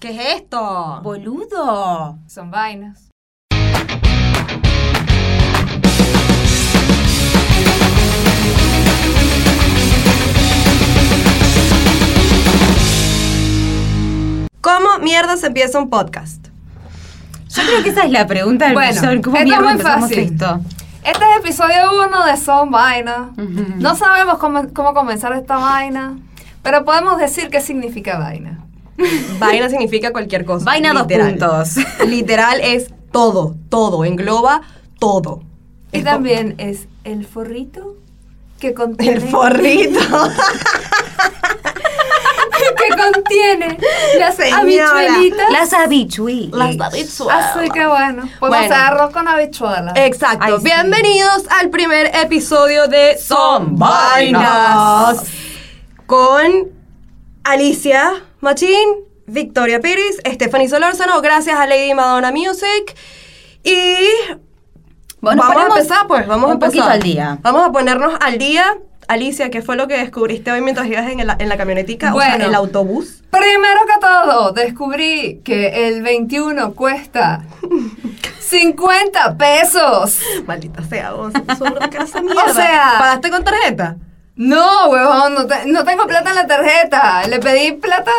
¿Qué es esto? Boludo. Son vainas. ¿Cómo mierda se empieza un podcast? Yo creo que esa es la pregunta del Bueno, millón. ¿Cómo está mierda muy empezamos fácil. esto? Este es episodio 1 de Son Vaina. No sabemos cómo, cómo comenzar esta vaina, pero podemos decir qué significa vaina. Vaina significa cualquier cosa. Vaina dos literal. puntos. Literal es todo, todo, engloba todo. Y Es como- también es el forrito que contiene, El forrito. que contiene las Señora. habichuelitas. Las habituí. Así que bueno, podemos Bueno. Eh. hacer arroz con habichuelas. Exacto. Ay, sí. Bienvenidos al primer episodio de Son Son Vainas. Vainas. Con Alicia Machín, Victoria Piris, Stephanie Solórzano, gracias a Lady Madonna Music. Y Bueno, vamos a ponemos empezar, pues, vamos a un poquito empezar. al día. Vamos a ponernos al día. Alicia, ¿qué fue lo que descubriste hoy mientras ibas en, el- en la camionetica? o sea, Bueno. en el autobús. Primero que todo, descubrí que el 21 cuesta 50 pesos. Maldita sea, vos, absurdo que esa mierda. O sea- ¿pagaste con tarjeta? No, huevón, no, te- no tengo plata en la tarjeta. Le pedí plata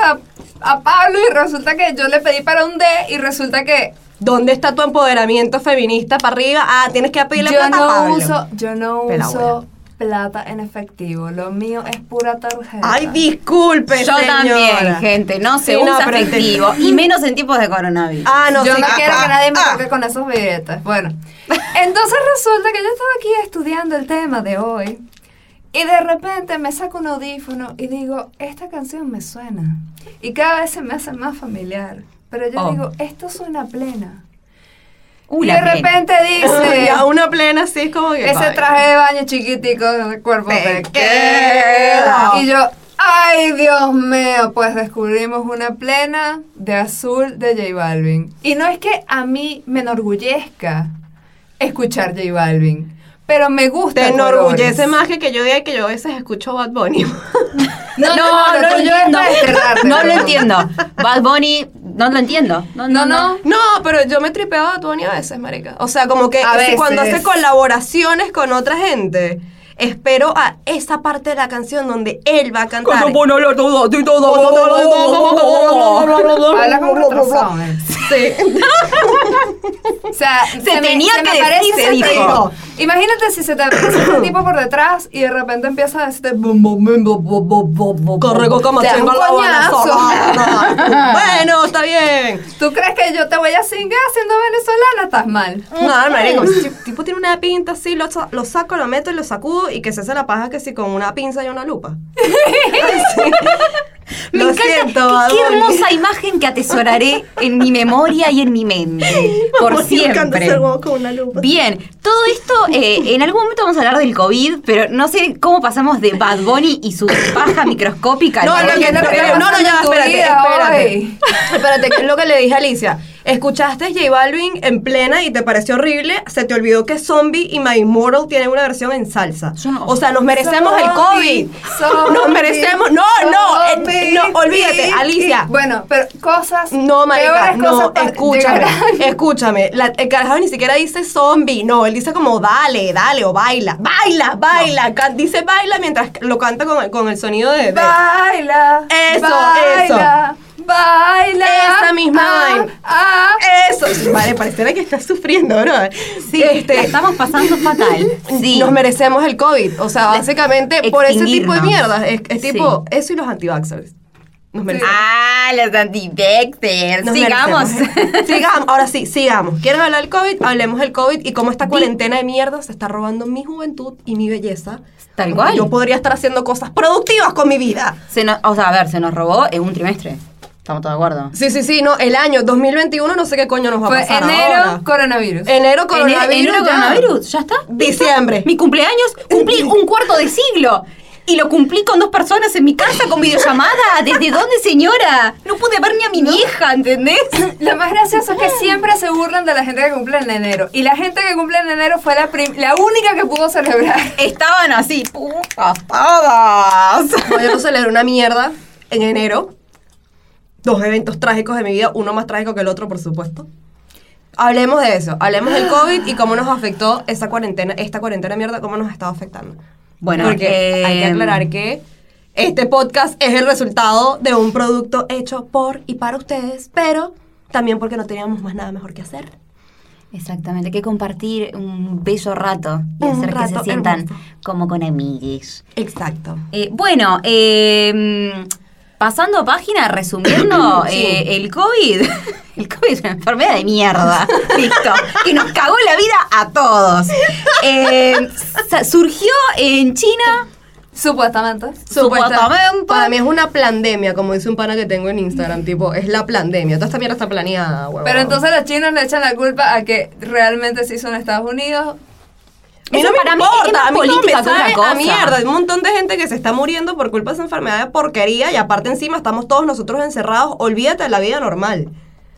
a, a Pablo y resulta que yo le pedí para un D y resulta que ¿Dónde está tu empoderamiento feminista para arriba? Ah, tienes que pedirle yo plata a no Pablo. uso, yo no Pela uso plata en efectivo. Lo mío es pura tarjeta. Ay, disculpe, Yo señora. también, gente. No se Sí, no, usa pero entiendo. efectivo. Y menos en tiempos de coronavirus. Ah, no, yo sí, no ah, quiero ah, que nadie me ah. toque con esos billetes. Bueno, entonces resulta que yo estaba aquí estudiando el tema de hoy y de repente me saco un audífono y digo, esta canción me suena. Y cada vez se me hace más familiar. Pero yo Oh. digo, esto suena plena. Uh, y la de plena. repente dice, Ya una plena ah, sí es como que. ese ay. traje de baño chiquitico el cuerpo Te queda. te, queda. Y yo, ay Dios mío, pues descubrimos una plena de azul de J Balvin. Y no es que a mí me enorgullezca escuchar J Balvin, pero me gusta. Te colores. enorgullece más que que yo diga que yo a veces escucho Bad Bunny. No, no, no, lo yo es entiendo. para desterrarte, No lo perdón. entiendo. Bad Bunny, no lo entiendo. No, no. no, pero yo me tripeo a Bad Bunny a veces, marica. O sea, como que A ese- cuando veces. hace colaboraciones con otra gente, espero a esa parte de la canción donde él va a cantar. Habla con retrasado, eh. Sí. O sea, me- tenía se me que aparece decir, se ese dijo. tipo. Imagínate si se te aparece ese tipo por detrás y de repente empieza a decirte bum, bum, bum, bum, bum, bum, bum, bum. Corrego como Te da tengo un la Habana coñazo. sola. Bueno, está bien. ¿Tú crees que yo te voy a cingar siendo venezolana? Estás mal. No, marico, si tipo tiene una pinta así, lo, sa- lo saco, lo meto y lo sacudo y que se hace la paja que si con una pinza y una lupa. Sí. Me lo encanta. siento, qué, qué Bad Bunny. hermosa imagen que atesoraré en mi memoria y en mi mente. Por Como si me encanta siempre. hacer huevo con una lupa. Bien, todo esto, eh, en algún momento vamos a hablar del COVID, pero no sé cómo pasamos de Bad Bunny y su paja microscópica. No, al lo COVID. que- es no, lo que está no, no, ya, pasando en tu espérate, vida espérate. hoy? Espérate, que es lo que le dije a Alicia. Escuchaste J Balvin en plena y te pareció horrible. Se te olvidó que Zombie y My Immortal tienen una versión en salsa. Yo no- O sea, nos merecemos el COVID. Zombie, zombie, nos merecemos. No, no, eh, zombie, no, olvídate, y- Alicia. y- bueno, pero cosas. No, marica, peores no, cosas pa- escúchame, llegarán. escúchame. La- el carajo ni siquiera dice zombie, no, él dice como dale, dale o baila, baila, baila, can- dice baila mientras lo canta con, el- con el sonido de... de- Baila. Eso, baila, Baila. Esa misma ah, vaina. ah. Eso, vale, pareciera que estás sufriendo, bro. Sí, la estamos pasando fatal. Sí. este. Nos merecemos el COVID, o sea, básicamente por ese tipo de Extinguirnos. mierda, es, es Sí. tipo eso y los antivaxxers. Nos merecemos. Ah, los anti-vexers. Nos Sigamos. merecemos. ¿eh? sigamos, ahora sí, sigamos. ¿Quieren hablar del COVID? Hablemos del COVID y cómo esta cuarentena de mierda se está robando mi juventud y mi belleza. Tal cual. Yo podría estar haciendo cosas productivas con mi vida. Se nos- o sea, a ver, se nos robó en un trimestre. Estamos todos de acuerdo. Sí, sí, sí, no, el año 2021 no sé qué coño nos va a Fue pasar enero, ahora. coronavirus. enero Enero, coronavirus. enero, ya. coronavirus, ¿ya está? Diciembre. Mi cumpleaños, cumplí un cuarto de siglo. Y lo cumplí con dos personas en mi casa con videollamada. ¿Desde dónde, señora? No pude ver ni a mi vieja, ¿entendés? Lo más gracioso es que siempre se burlan de la gente que cumple en enero. Y la gente que cumple en enero fue la, prim- la única que pudo celebrar. Estaban así, putas todas. No, yo no celebré una mierda en enero. dos eventos trágicos de mi vida, uno más trágico que el otro, por supuesto. Hablemos de eso, hablemos del COVID y cómo nos afectó esa cuarentena, esta cuarentena de mierda, cómo nos ha estado afectando. Bueno, porque hay que em, aclarar que este podcast es el resultado de un producto hecho por y para ustedes, pero también porque no teníamos más nada mejor que hacer. Exactamente, hay que compartir un bello rato y Un hacer que se rato sientan hermoso. como con amigues. Exacto. Eh, bueno, eh, pasando página, resumiendo, Sí. eh, el COVID. El COVID es una enfermedad de mierda. Listo. Que nos cagó la vida a todos. Eh, sa- surgió en China. Supuestamente. Supuesta- Supuestamente. Para mí es una pandemia, como dice un pana que tengo en Instagram, tipo, es la pandemia. Toda esta mierda está planeada, huevón. Pero entonces los chinos le echan la culpa a que realmente se hizo en Estados Unidos. A mí Eso no me para mí es importa, más a mí todo política me que otra sabe cosa. A mierda, hay un montón de gente que se está muriendo por culpa de esa enfermedad de porquería y aparte encima estamos todos nosotros encerrados, olvídate de la vida normal.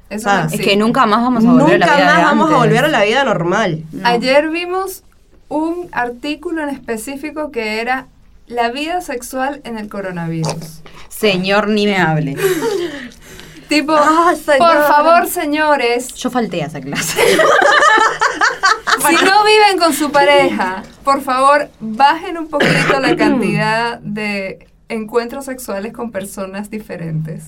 Eso Ah, no es Es existe. que nunca más vamos a volver Nunca a la vida más de vamos a antes. volver a la vida normal. Ayer vimos un artículo en específico que era la vida sexual en el coronavirus. Señor, ni me hable. Tipo, Ah, señor. por favor, señores, Yo falté a esa clase. si no viven con su pareja, por favor, bajen un poquito la cantidad de encuentros sexuales con personas diferentes.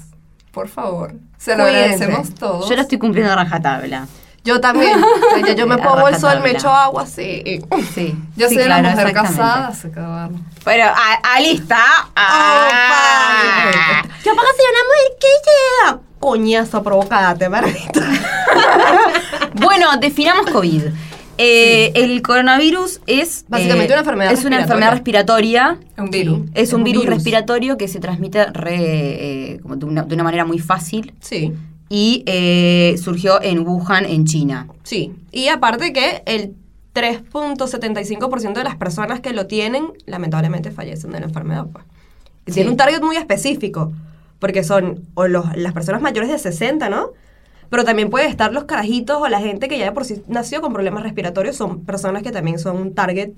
Por favor. Se lo Cuídense. agradecemos todos. Yo lo estoy cumpliendo a rajatabla. Yo también. yo, yo me A pongo el sol, me rajatabla. echo agua así. y- Sí. Yo sí, soy claro, una mujer exactamente. casada, se acabaron. Pero, ah, ah, lista. Ah. Opa. Yo pago si una mujer que llega. Coñazo, provocadate, perrito. Bueno, definamos COVID. Eh, El coronavirus es. Básicamente eh, una enfermedad Es una enfermedad respiratoria. Un virus. Es, Es un, un virus, virus. respiratorio que se transmite re, eh, como de, una, de una manera muy fácil Sí. y eh, surgió en Wuhan, en China. Sí, y aparte que el 3.75% de las personas que lo tienen lamentablemente fallecen de la enfermedad. Pues. Y Sí. Tiene un target muy específico, porque son o los, las personas mayores de 60, ¿no? Pero también puede estar los carajitos o la gente que ya de por sí nació con problemas respiratorios, son personas que también son un target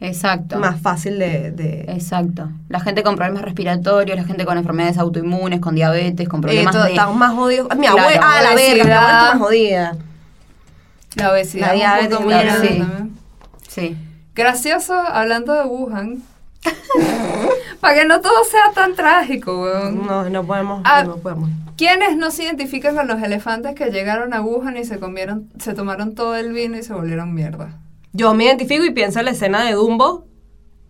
Exacto. más fácil de... de- Exacto. La gente con problemas respiratorios, la gente con enfermedades autoinmunes, con diabetes, con problemas Eh, to- de... Están más jodidos. Mi Claro, abuela, ah, la verga, mi obesidad. abuela está más jodida. La obesidad. La es un diabetes, punto muy claro, grande sí. también. Sí. Gracioso, hablando de Wuhan. Para que no todo sea tan trágico, Mm. weón. No, no podemos, Ah. no podemos. ¿Quiénes no se identifican con los elefantes que llegaron a Wuhan y se comieron, se tomaron todo el vino y se volvieron mierda? Yo me identifico y pienso en la escena de Dumbo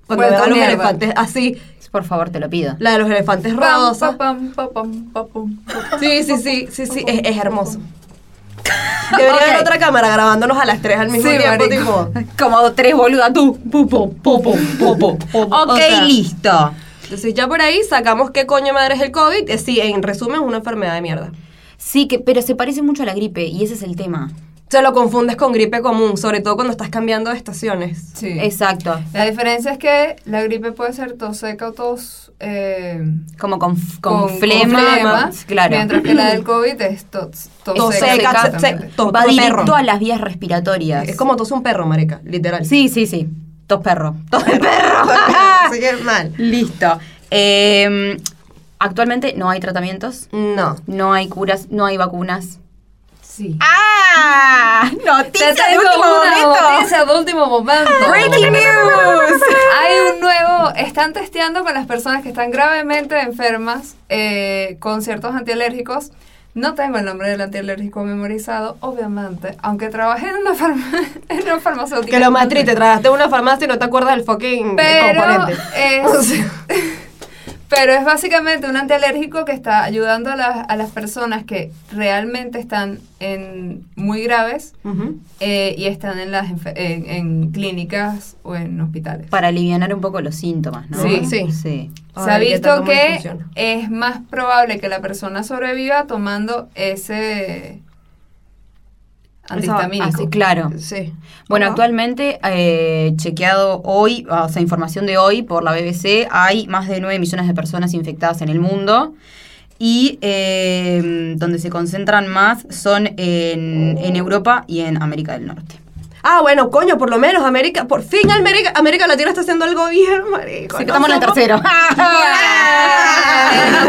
cuando Vuelto veo a los mierda. elefantes así, Por favor, te lo pido. la de los elefantes Pam, rosas. pa, pam, pa, pam, pa, pam, pa, pam. Sí, sí, sí, sí, sí, es, es hermoso. Ok. Debería haber otra cámara grabándonos a las tres al mismo Sí, tiempo, marico. tipo. Como tres boludas tú. Pupo, popo, popo, popo. Ok, O sea- listo. Entonces ya por ahí sacamos qué coño madre es el COVID. Eh, Sí, en resumen es una enfermedad de mierda. Sí, que, pero se parece mucho a la gripe y ese es el tema. Se lo confundes con gripe común, sobre todo cuando estás cambiando de estaciones. Sí. Exacto. La diferencia es que la gripe puede ser tos seca o tos... eh, Como con, con, flema. flema, con- claro. Mientras que la del COVID es tos, tos Tos seca. seca, seca, se- se- tos- Va tos directo perro. a las vías respiratorias. Es como tos un perro, marica, literal. Sí, sí, sí. Tos perro. Tos de perro. Así que mal. listo. Eh, actualmente no hay tratamientos, No. no hay curas, no hay vacunas. Sí. ¡Ah! Te Noticia de tengo último una momento. noticia de último momento. Breaking news. Hay un nuevo, están testeando con las personas que están gravemente enfermas eh, con ciertos antialérgicos. No tengo el nombre del antialérgico memorizado, obviamente, aunque trabajé en una, farma- en una farmacéutica. Que lo más triste, tragaste una farmacia y no te acuerdas del fucking Pero componente. es, pero es básicamente un antialérgico que está ayudando a las, a las personas que realmente están en muy graves Ujú. eh, y están en, las, enfe- en, en clínicas o en hospitales. Para aliviar un poco los síntomas, ¿no? Sí. Sí. sí. Se ha Ay, ya visto tengo más que confusión. es más probable que la persona sobreviva tomando ese antihistamínico. Así, claro. Sí. Bueno, Ajá. actualmente, eh, chequeado hoy, o sea, información de hoy por la BBC, hay más de 9 millones de personas infectadas en el mundo. Y em, eh, donde se concentran más son en, en Europa y en América del Norte. Ah, bueno, coño, por lo menos América, por fin América, América Latina está haciendo algo bien, marico. Sí, que No estamos en el somos- tercero. Ah,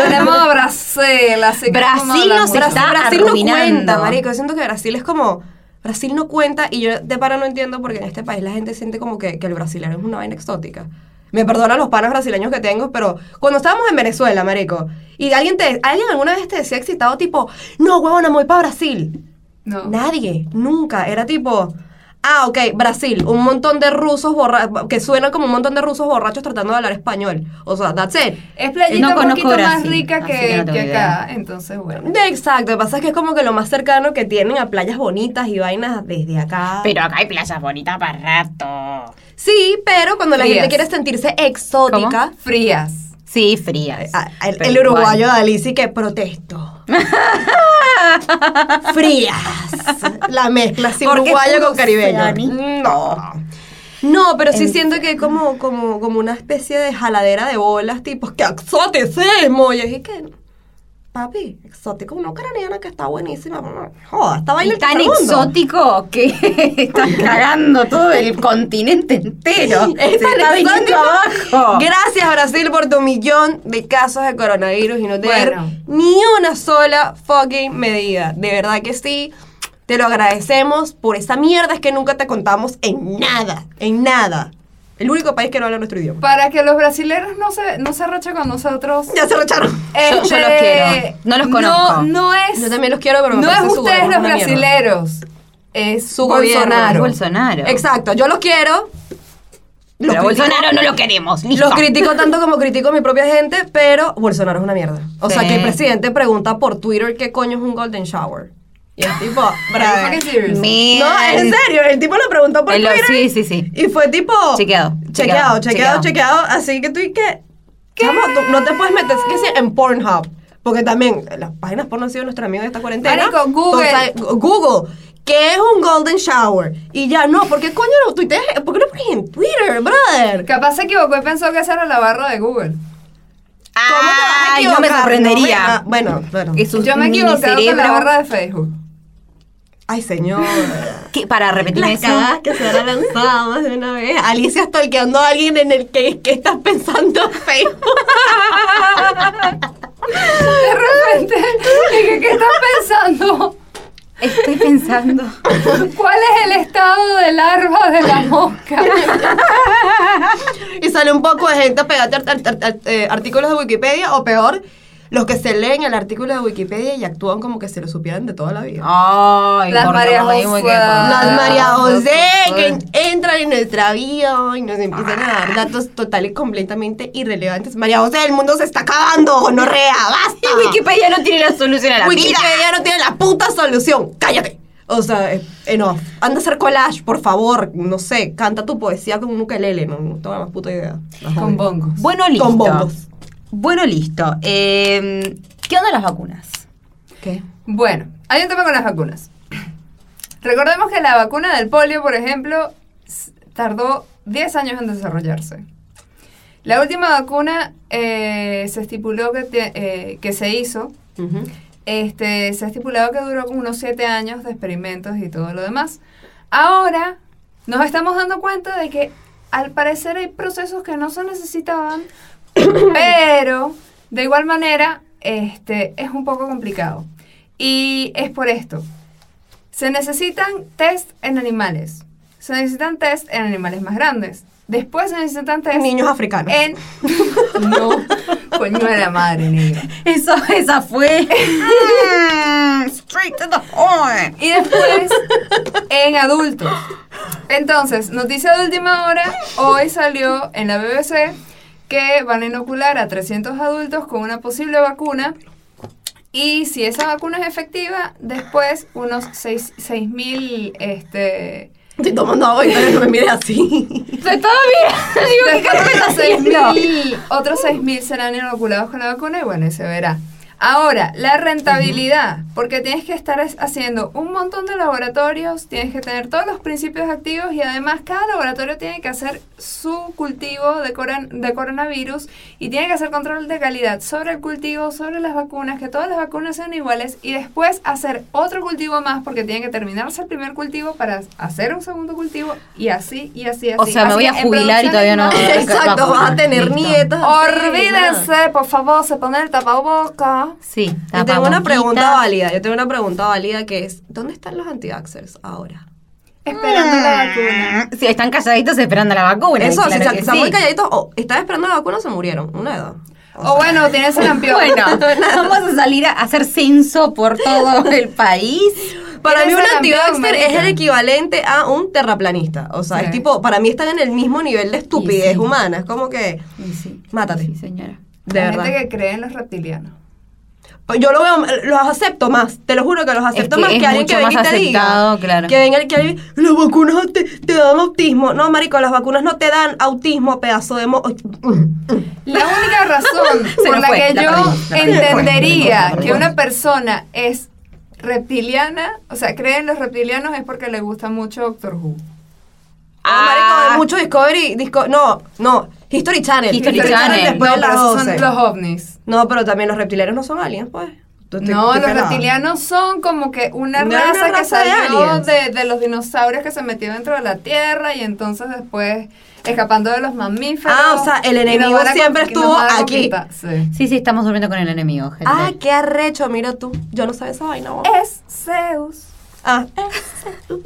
Tenemos a Brasil, así que Brasil vamos a hablar nos mucho. está Brasil no cuenta, arruinando. marico. Yo siento que Brasil es como. Brasil no cuenta y yo de para no entiendo porque en este país la gente siente como que, que el brasileño es una vaina exótica. Me perdonan los panos brasileños que tengo, pero cuando estábamos en Venezuela, marico, y alguien te, alguien alguna vez te decía excitado tipo, no, huevona, me voy para Brasil. No. Nadie, nunca. Era tipo, ah, ok, Brasil, un montón de rusos borrachos, que suenan como un montón de rusos borrachos tratando de hablar español. O sea, that's it. Es playita No un conozco poquito más Brasil, rica así que, que no tengo que idea. acá, entonces bueno. De- Exacto, lo que pasa es que es como que lo más cercano que tienen a playas bonitas y vainas desde acá. Pero acá hay playas bonitas para rato. sí, pero cuando la gente Frías. quiere sentirse exótica, Frías. Sí, frías. a- a- Ah, el, Pues, Pero el uruguayo igual. Dalí sí que protesto. Frías. La mezcla así Porque uruguayo puro con caribeño. oceanito. No. No, pero sí En- siento que es como, como, como una especie de jaladera de bolas, tipo, ¡qué exoticismo! Y es que, papi, exótico, una ucraniana que está buenísima. Joda, esta Y vaina es tan tercer mundo. exótico que están cagando todo el continente entero. Es Se tan está viniendo exótico. abajo. Gracias Brasil por tu millón de casos de coronavirus y no tener Bueno. ni una sola fucking medida. De verdad que sí. Te lo agradecemos por esa mierda. Es que nunca te contamos en nada. En nada. El único país que no habla nuestro idioma. Para que los brasileños no se, no se arrochen con nosotros. este, Ya se recharon. Yo- yo los quiero. No los conozco. No, no es. Yo también los quiero, pero me No es parece su ustedes gobierno los una mierda. brasileros. Es Su su gobierno, Bolsonaro. Bolsonaro. Exacto. Yo los quiero. Pero Los a critico- Bolsonaro no lo queremos. listo. Los critico tanto como critico a mi propia gente, pero Bolsonaro es una mierda. O sea Sí. que el presidente pregunta por Twitter qué coño es un golden shower. Y el tipo, Are you brother. fucking serious? Man. No, es en serio, el tipo lo preguntó por El- Twitter. sí, sí, sí. Y fue tipo. Chequeado, Chequeado, chequeado, chequeado. chequeado, chequeado. así que tú y que. Chamo, tú no te puedes meter que sí, en Pornhub. Porque también las páginas porno han sido nuestro amigo de esta cuarentena. Marico, Google. Entonces, Google, ¿qué es un golden shower? Y ya no, ¿por qué coño no tuiteas? ¿Por qué no pones en Twitter, brother? Capaz se equivocó y pensó que esa era la barra de Google. ¿Cómo te vas a Ay, no me equivocar? sorprendería. No me- ah, bueno, bueno. Que su Yo me he equivocado con la minicerebro- barra de Facebook. Ay, señor. que- para repetir Las eso. cagadas que se habrán lanzado más de una vez. Alicia stalkeando a alguien en el que, que estás pensando feo. De repente, dije, ¿qué estás pensando? Estoy pensando. ¿Cuál es el estado de larva de la mosca? Y sale un poco de gente a pegarte art- art- art- art- eh, artículos de Wikipedia o peor, los que se leen el artículo de Wikipedia y actúan como que se lo supieran de toda la vida. Ay, Las por María lo mismo que- José. Las Ah, María no, José no, que no. entran en nuestra vida y nos empiezan a dar datos total y completamente irrelevantes. María José, el mundo se está acabando, no rea, basta. Y Wikipedia no tiene la solución a la vida. Wikipedia no tiene la puta solución. Cállate. O sea, eh, eh, no. Anda a hacer collage, por favor. No sé, canta tu poesía con un ukelele. No, no tengo la más puta idea. Con bongos. Bueno, listo. bombos. Bueno, listo. Eh, ¿Qué onda las vacunas? ¿Qué? Bueno, hay un tema con las vacunas. Recordemos que la vacuna del polio, por ejemplo, s- tardó 10 años en desarrollarse. La última vacuna eh, se estipuló que, te- eh, que se hizo, este, se ha estipulado que duró como unos 7 años de experimentos y todo lo demás. Ahora nos estamos dando cuenta de que al parecer hay procesos que no se necesitaban, pero de igual manera este, es un poco complicado. Y es por esto. Se necesitan test en animales. Se necesitan test en animales más grandes. Después se necesitan test Niños africanos. en... No, coño de la madre, negra. Eso, esa fue. Ah, Mm, straight to the point. Y después en adultos. Entonces, noticia de última hora, hoy salió en la BBC que van a inocular a 300 adultos con una posible vacuna y si esa vacuna es efectiva, después unos 6.000... Este, Estoy tomando agua y todavía no me mires así. Se estaba mirando. Digo, ¿qué después carajo unos estás haciendo? 6.000 otros 6.000 serán inoculados con la vacuna y bueno, y se verá. Ahora, la rentabilidad, porque tienes que estar es- haciendo un montón de laboratorios, tienes que tener todos los principios activos y además cada laboratorio tiene que hacer su cultivo de, coran- de coronavirus y tiene que hacer control de calidad sobre el cultivo, sobre las vacunas, que todas las vacunas sean iguales y después hacer otro cultivo más porque tiene que terminarse el primer cultivo para hacer un segundo cultivo y así y así. O así. sea, me Así voy que a en jubilar y todavía producciones no- más- Exacto, vas a tener Listo. nietos. así, nada. Olvídense, por favor, se poner el tapaboca. Sí, Yo tengo una tapabocas. pregunta válida, yo tengo una pregunta válida que es, ¿dónde están los anti-vaxxers ahora? Esperando la vacuna. Sí, están calladitos esperando la vacuna. Eso, si claro se- que están muy sí. calladitos, o están esperando la vacuna o se murieron, una de dos. O bueno, tienes el amplio. Bueno, vamos a salir a hacer censo por todo el país. Para mí Eres un el anti-vaxxer campeón, es el marica. equivalente a un terraplanista. O sea, Sí. es tipo, para mí están en el mismo nivel de estupidez Y sí. humana. Es como que, Y sí. mátate. Sí, señora. De Hay verdad. gente que cree en los reptilianos. Yo lo veo, los acepto más, te lo juro que los acepto que más es que alguien que mucho venga y más te diga. aceptado, claro. Que venga el que alguien, las vacunas te, te dan autismo. No, marico, las vacunas no te dan autismo, pedazo de mo. La única razón Se por nos la fue, que la yo perdimos, la perdimos. entendería Perdimos, la que perdimos. una persona es reptiliana, o sea, cree en los reptilianos es porque le gusta mucho Doctor Who. Ah, marico, de mucho Discovery, disco, no, no, History Channel. History Channel. después de no, pero las esos 12. son los ovnis. No, pero también los reptilianos no son aliens, pues. Tú- estoy- No, estoy los pelada. reptilianos son como que una No, una raza, que raza de salió aliens. de, de los dinosaurios que se metió dentro de la Tierra y entonces después escapando de los mamíferos. Ah, o sea, el y nos enemigo van a siempre conqui- nos estuvo van a aquí. conquistar, sí. Sí, sí, estamos durmiendo con el enemigo, gente. Ah, qué arrecho, mira tú. Yo no sabía esa vaina. vos. Es Zeus. Ah, Zeus.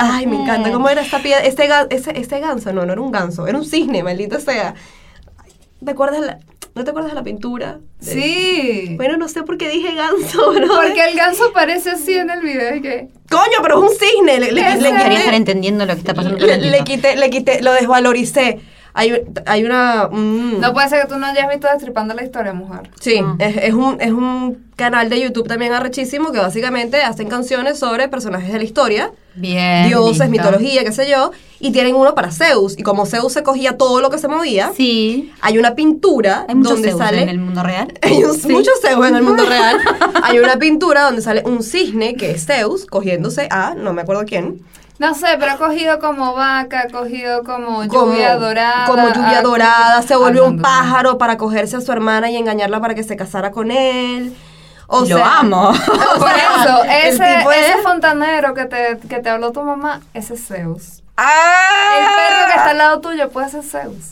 Ay, me encanta. ¿Cómo era esta piedra? Este, ga- ese, este ganso, no, no era un ganso, era un cisne, maldito sea. Ay, ¿Te acuerdas la- ¿No te acuerdas de la pintura? Sí. Bueno, no sé por qué dije ganso, bro. Porque el ganso parece así en el video y que Coño, pero es un cisne. Le, le- Ese- le Quería estar quité, entendiendo lo que está pasando. con le, el le tipo. quité, le quité, lo desvaloricé. Hay, un- hay una... mm. no puede ser que tú no hayas visto destripando la historia, mujer. Sí, es, es un, es un canal de YouTube también arrechísimo que básicamente hacen canciones sobre personajes de la historia, Bien. dioses, listo. mitología, qué sé yo, y tienen uno para Zeus. Y como Zeus se cogía todo lo que se movía, Sí. hay una pintura Hay muchos donde Zeus sale... en el mundo real. Hay un- Sí. muchos Zeus en el mundo real. Hay una pintura donde sale un cisne que es Zeus cogiéndose a, no me acuerdo quién, No sé, pero ha cogido como vaca, cogido como lluvia dorada. Como lluvia ha- dorada, se volvió un Armando, pájaro para cogerse a su hermana y engañarla para que se casara con él. O Lo sea, amo. o Por sea, eso, el ese, tipo ese es- fontanero que te, que te habló tu mamá, ese es Zeus. El ¡Ah! perro que está al lado tuyo puede ser Zeus.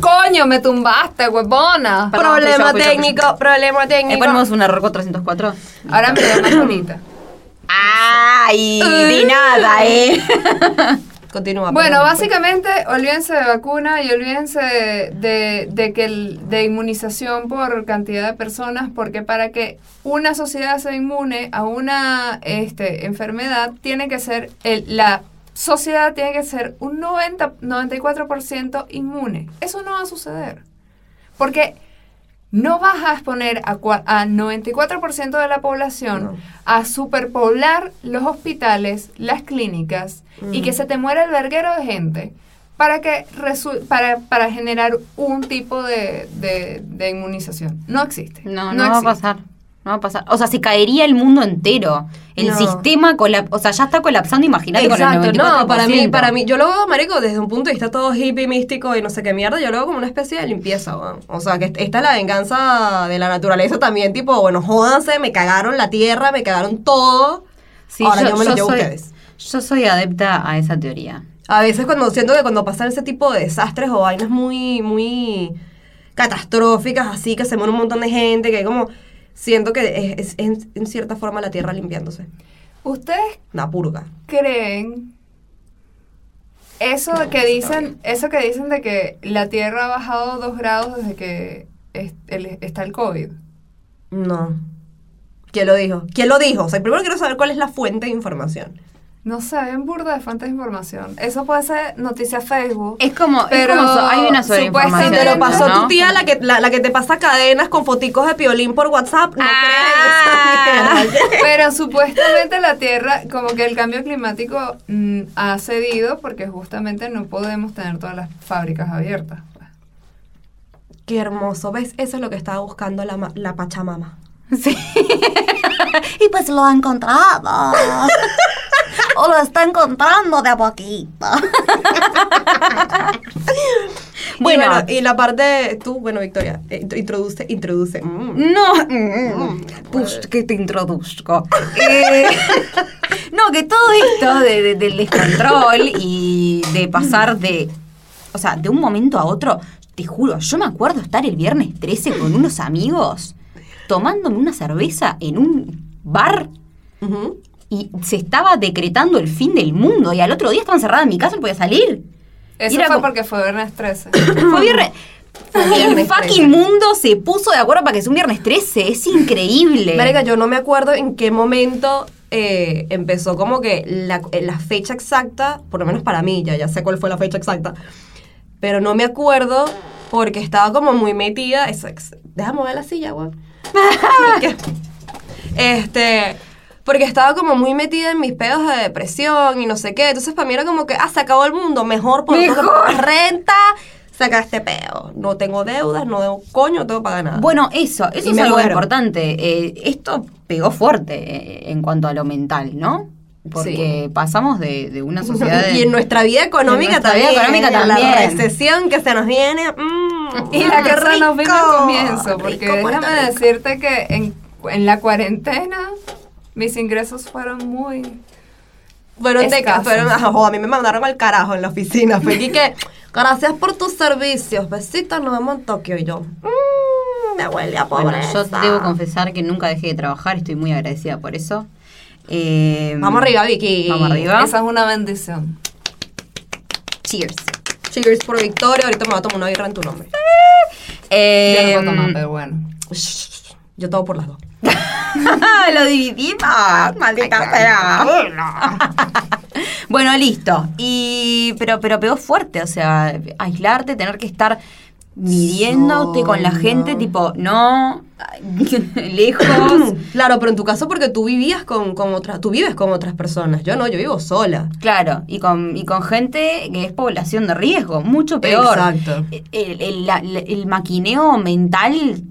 Coño, me tumbaste, huevona. Perdón, problema yo, yo, yo, yo. técnico, problema Le técnico. ponemos un error 404. Ahora me veo más bonita. ¡Ay! De nada, ¿eh? Continúa. Bueno, perdón. básicamente, olvídense de vacuna y olvídense de, de- de que el- de inmunización por cantidad de personas, porque para que una sociedad sea inmune a una este, enfermedad, tiene que ser, el- la sociedad tiene que ser un 90, 94% inmune. Eso no va a suceder. Porque no vas a exponer a, cua- a 94% de la población No. a superpoblar los hospitales, las clínicas y Mm. que se te muera el verguero de gente para, que resu- para, para generar un tipo de, de- de inmunización. No existe. No, no, va a existe. pasar. No va a pasar. O sea, se caería el mundo entero. El No. sistema colap o sea, ya está colapsando, imagínate con el Exacto, 94%. no, para mí, para mí, yo lo veo, marico, desde un punto de vista todo hippie, místico y no sé qué mierda, yo lo veo como una especie de limpieza, weón. O sea, que est- esta es la venganza de la naturaleza también, tipo, bueno, jódanse, me cagaron la tierra, me cagaron todo, Sí, ahora yo, me lo llevo a soy, ustedes. Yo soy adepta a esa teoría. A veces cuando siento que cuando pasan ese tipo de desastres o vainas muy, muy catastróficas, así que se muere un montón de gente, que como siento que es, es- es en cierta forma la tierra limpiándose. ¿Ustedes Una purga. creen eso de que dicen, eso que dicen de que la Tierra ha bajado dos grados desde que es- el- está el COVID? No. ¿Quién lo dijo? ¿Quién lo dijo? O sea, primero quiero saber cuál es la fuente de información. No sé, hay un burda de fuentes de información. Eso puede ser noticia Facebook. Es como, Pero es como so- hay una Si sobreinformación. supuestamente te lo no, pasó ¿no? tu tía, la que, la, la que te pasa cadenas con foticos de piolín por WhatsApp, no Ah. creas esa mierda. Pero supuestamente la Tierra, como que el cambio climático mm, ha cedido porque justamente no podemos tener todas las fábricas abiertas. Qué hermoso, ¿ves? Eso es lo que estaba buscando la, ma- la Pachamama. Sí. y pues lo ha encontrado. o lo está encontrando de a poquito. Y bueno, y la parte, tú, bueno, Victoria, eh, introduce, introduce. mm. No, mm, pues que te introduzco. Eh, no, que todo esto de- de- del descontrol y de pasar de, o sea, de un momento a otro, te juro, yo me acuerdo estar el viernes 13 con unos amigos tomándome una cerveza en un bar Ujú. y se estaba decretando el fin del mundo y al otro día estaba encerrada en mi casa, no podía salir. Eso Y era fue como- porque fue viernes 13. Fue viernes. Fue El viernes 13. fucking mundo se puso de acuerdo para que sea un viernes 13, es increíble. Marica, yo no me acuerdo en qué momento eh, empezó como que la, eh, la fecha exacta, por lo menos para mí, ya, ya sé cuál fue la fecha exacta, pero no me acuerdo porque estaba como muy metida. eso ex- déjame ver la silla, weón. este. Porque estaba como muy metida en mis pedos de depresión y no sé qué. Entonces para mí era como que, ah, se acabó el mundo, mejor por Mejor. renta, saca este pedo. No tengo deudas, no debo coño, no tengo que pagar nada. Bueno, eso, eso Y es me algo muero. importante. Eh, esto pegó fuerte eh, en cuanto a lo mental, ¿no? Porque pasamos de, de una sociedad de... Y en nuestra vida económica en nuestra vida también. económica ¿eh? La también. recesión que se nos viene. mm. Y la Mm, qué guerra nos vino rico. al comienzo, porque Rico, Puerto déjame Rico. decirte que en, en la cuarentena mis ingresos fueron muy... Fueron Escasos. décadas, fueron, ajá, jo, a mí me mandaron al carajo en la oficina. Fue aquí que, gracias por tus servicios, besitos, nos vemos en Tokio. Y yo, mm, me huele a Bueno, pobreza. yo debo confesar que nunca dejé de trabajar, estoy muy agradecida por eso. Eh, Vamos arriba, Vicky. Vamos arriba. Esa es una bendición. Cheers. Cheers por victoria. Ahorita me voy a tomar una birra en tu nombre. Em, Eh, Yo no puedo tomar, pero bueno. Shh, Yo todo por las dos. lo dividimos, maldita sea. bueno, listo. Y pero pero pegó fuerte, o sea, aislarte, tener que estar midiéndote con la Solo. gente, tipo, no lejos. Claro, pero en tu caso porque tú vivías con, con otras, tú vives con otras personas. Yo no, yo vivo sola. Claro, y con, y con gente que es población de riesgo, mucho peor. Exacto. El, el- la- la- el maquineo mental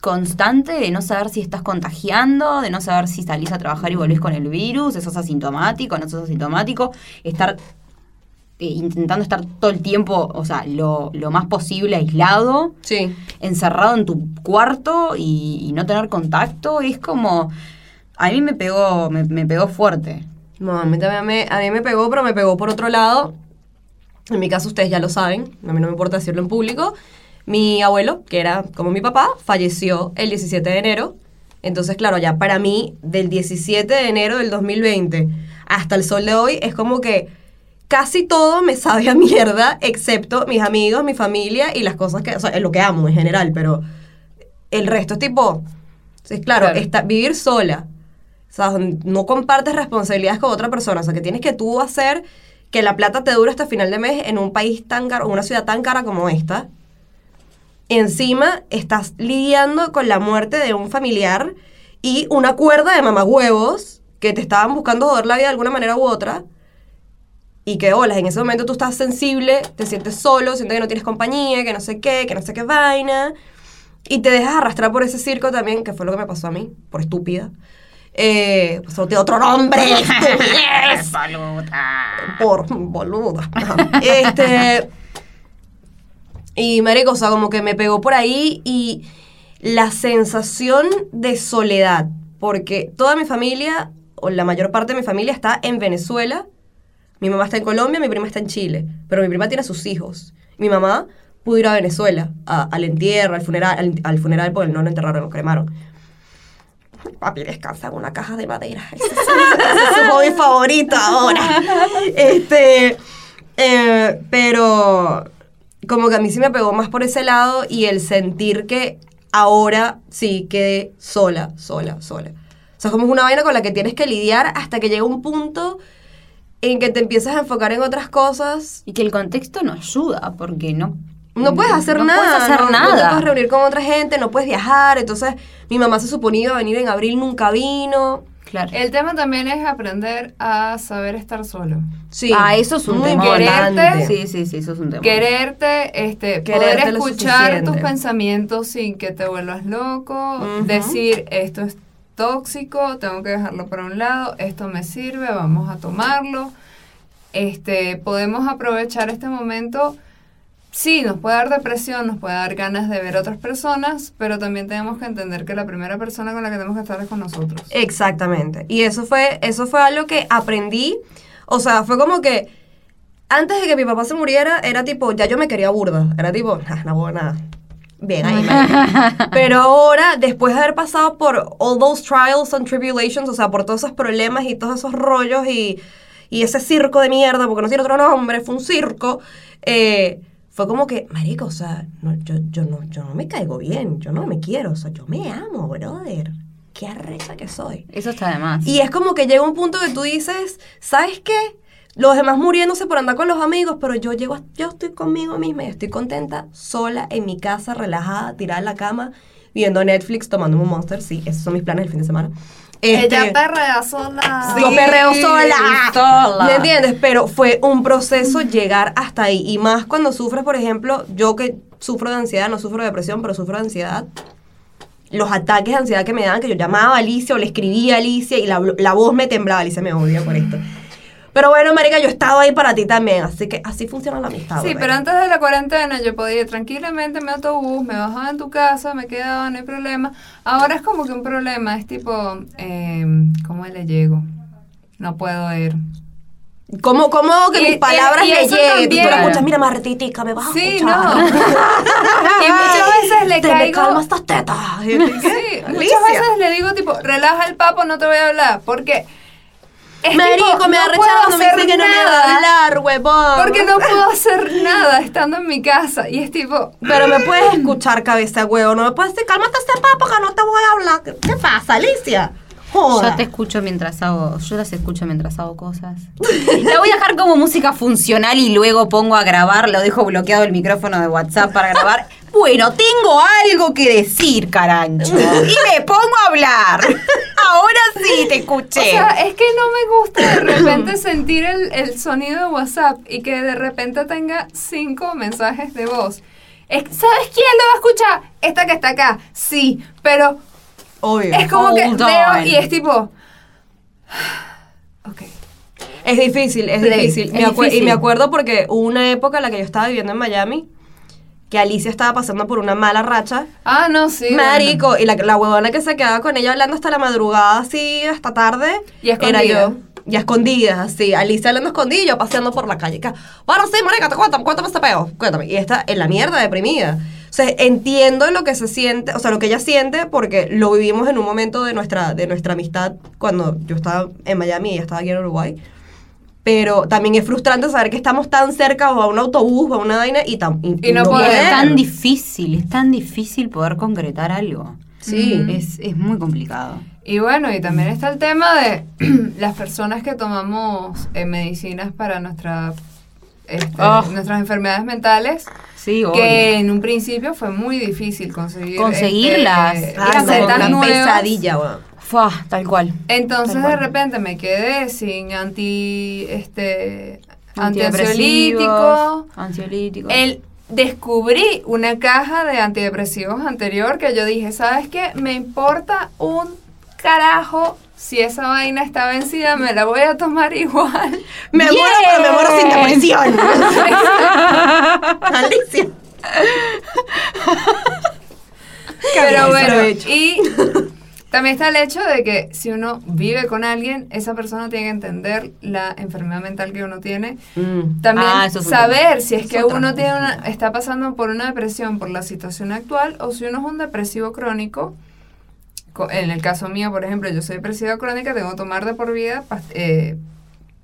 constante de no saber si estás contagiando, de no saber si salís a trabajar y volvés con el virus, si sos asintomático, no sos asintomático, estar eh, intentando estar todo el tiempo, o sea, lo, lo más posible aislado Sí. encerrado en tu cuarto y, y no tener contacto es como a mí me pegó me, me pegó fuerte No, a mí también me, a mí me pegó, pero me pegó por otro lado. En mi caso, ustedes ya lo saben, a mí no me importa decirlo en público. Mi abuelo, que era como mi papá, falleció el 17 de enero. Entonces, claro, ya para mí, del 17 de enero del 2020 hasta el sol de hoy, es como que casi todo me sabe a mierda, excepto mis amigos, mi familia y las cosas que, o sea, lo que amo en general, pero el resto es tipo, sí, claro, Claro. Está, vivir sola, o sea, no compartes responsabilidades con otra persona, o sea, que tienes que tú hacer que la plata te dure hasta final de mes en un país tan caro, en una ciudad tan cara como esta. Encima estás lidiando con la muerte de un familiar y una cuerda de mamagüevos que te estaban buscando joder la vida de alguna manera u otra y que olas, en ese momento tú estás sensible, te sientes solo, sientes que no tienes compañía, que no sé qué, que no sé qué vaina, y te dejas arrastrar por ese circo también, que fue lo que me pasó a mí, por estúpida. Eh, pues tiene otro nombre, estupidez, por boluda. Ajá. Este, y marico, o sea, como que me pegó por ahí y la sensación de soledad, porque toda mi familia, o la mayor parte de mi familia, está en Venezuela. Mi mamá está en Colombia, mi prima está en Chile, pero mi prima tiene a sus hijos. Mi mamá pudo ir a Venezuela, a- al entierro, al funeral, al, al funeral, porque no lo enterraron, lo cremaron. Papi descansa en una caja de madera. Ese es, ese es su hobby favorito ahora. Este, eh, pero como que a mí sí me pegó más por ese lado y el sentir que ahora sí quedé sola, sola, sola. O sea, es como una vaina con la que tienes que lidiar hasta que llega un punto en que te empiezas a enfocar en otras cosas. y que el contexto no ayuda porque no No puedes hacer Mm, no nada. puedes hacer no- no te nada puedes reunir con otra gente, no puedes viajar. Entonces, mi mamá se suponía iba a venir en abril, nunca vino. Claro. El tema también es aprender a saber estar solo. Sí. Ah, eso es un Muy tema quererte. importante. Sí, sí, sí, eso es un tema. Quererte, este, Quererte poder lo escuchar tus suficiente. pensamientos sin que te vuelvas loco, Ujú. decir esto es tóxico, tengo que dejarlo para un lado, esto me sirve, vamos a tomarlo. Este, podemos aprovechar este momento. Sí, nos puede dar depresión, nos puede dar ganas de ver a otras personas, pero también tenemos que entender que la primera persona con la que tenemos que estar es con nosotros. Exactamente. Y eso fue, eso fue algo que aprendí. O sea, fue como que antes de que mi papá se muriera, era tipo, ya yo me quería burda. Era tipo, ah, no puedo nada. Bien, ahí marica. Pero ahora, después de haber pasado por all those trials and tribulations, o sea, por todos esos problemas y todos esos rollos y, y ese circo de mierda, porque no tiene otro nombre, fue un circo, eh, fue como que, marico, o sea, no, yo, yo, no, yo no me caigo bien, yo no me quiero, o sea, yo me amo, brother. Qué arrecha que soy. Eso está de más. Y es como que llega un punto que tú dices, ¿sabes qué? Los demás muriéndose por andar con los amigos, pero yo llego, a- yo estoy conmigo misma y estoy contenta, sola, en mi casa, relajada, tirada en la cama, viendo Netflix, tomándome un Monster. Sí, esos son mis planes del fin de semana. Este, Ella perrea sola. yo perreo sola. sola. ¿Me entiendes? Pero fue un proceso llegar hasta ahí. Y más cuando sufres, por ejemplo, yo que sufro de ansiedad, no sufro de depresión, pero sufro de ansiedad. Los ataques de ansiedad que me daban, que yo llamaba a Alicia o le escribía a Alicia y la, la voz me temblaba. Alicia me odia por esto. Pero bueno, Marica, yo estaba ahí para ti también. Así que así funciona la amistad. Sí, brother. pero antes de la cuarentena yo podía ir tranquilamente en mi autobús, me bajaba en tu casa, me quedaba, no hay problema. Ahora es como que un problema, es tipo, eh, ¿cómo le llego? No puedo ir. ¿Cómo, cómo hago que Y- mis y- palabras y le eso lleguen? Tú también. la escuchas, mira, Martitica, me vas a Sí, escuchar. no. y muchas veces le Te me caigo... calmas estas tetas. Y yo, Sí, Alicia. muchas veces le digo tipo, relaja el papo, no te voy a hablar, porque... es tipo, Marico, me no da puedo rechazado, me hacer dice que no me va nada. a hablar, huevón. Porque no puedo hacer nada estando en mi casa. Y es tipo, Pero me puedes escuchar, cabeza de huevo. No me puedes decir, cálmate este papo que no te voy a hablar. ¿Qué te pasa, Alicia? Joda. Yo te escucho mientras hago, yo las escucho mientras hago cosas. La voy a dejar como música funcional y luego pongo a grabar, lo dejo bloqueado el micrófono de WhatsApp para grabar. Bueno, tengo algo que decir, carancho. Y me pongo a hablar. Ahora sí te escuché. O sea, es que no me gusta de repente sentir el, el sonido de WhatsApp y que de repente tenga cinco mensajes de voz. Es- ¿Sabes quién lo va a escuchar? Esta que está acá. Sí, pero Obvio. es como que Hold veo on. y es tipo. Ok. Es difícil, es Play, difícil. es Me acu- Y difícil. me acuerdo porque hubo una época en la que yo estaba viviendo en Miami que Alicia estaba pasando por una mala racha. Ah, no, sí. bueno. Marico, y la, la huevona que se quedaba con ella hablando hasta la madrugada, así, hasta tarde. Y escondida. Era yo. Y a escondidas, así. Alicia hablando escondida y yo paseando por la calle. Ca- Bueno, sí, marica, te cuéntame, cuéntame este peo. Cuéntame. Y está en la mierda, deprimida. O sea, entiendo lo que se siente, o sea, lo que ella siente, porque lo vivimos en un momento de nuestra, de nuestra amistad cuando yo estaba en Miami y ella estaba aquí en Uruguay. Pero también es frustrante saber que estamos tan cerca o a un autobús o a una vaina y, tan Y no Y poder. es tan difícil, es tan difícil poder concretar algo. Mm. Sí. Es, es muy complicado. Y bueno, y también está el tema de las personas que tomamos eh, medicinas para nuestra, este, Ah. nuestras enfermedades mentales. Sí, obvio. que en un principio fue muy difícil conseguir Conseguirlas. este, Ah, Era como Eran como recetas una tan nuevas. pesadilla, weón. Fua, tal cual. Entonces Tal de cual. repente me quedé sin anti este Antidepresivos, antiansiolítico. Ansiolíticos. El descubrí una caja de antidepresivos anterior que yo dije, ¿sabes qué? Me importa un carajo si esa vaina está vencida, me la voy a tomar igual. Me Yes. muero, pero me muero sin depresión. Alicia. Pero bien, eso bueno, lo he hecho. y también está el hecho de que si uno vive con alguien, esa persona tiene que entender la enfermedad mental que uno tiene. Mm. También Ah, eso es un saber si es que otra. uno tiene una, está pasando por una depresión por la situación actual o si uno es un depresivo crónico. Co- En el caso mío, por ejemplo, yo soy depresiva crónica, tengo que tomar de por vida past- eh,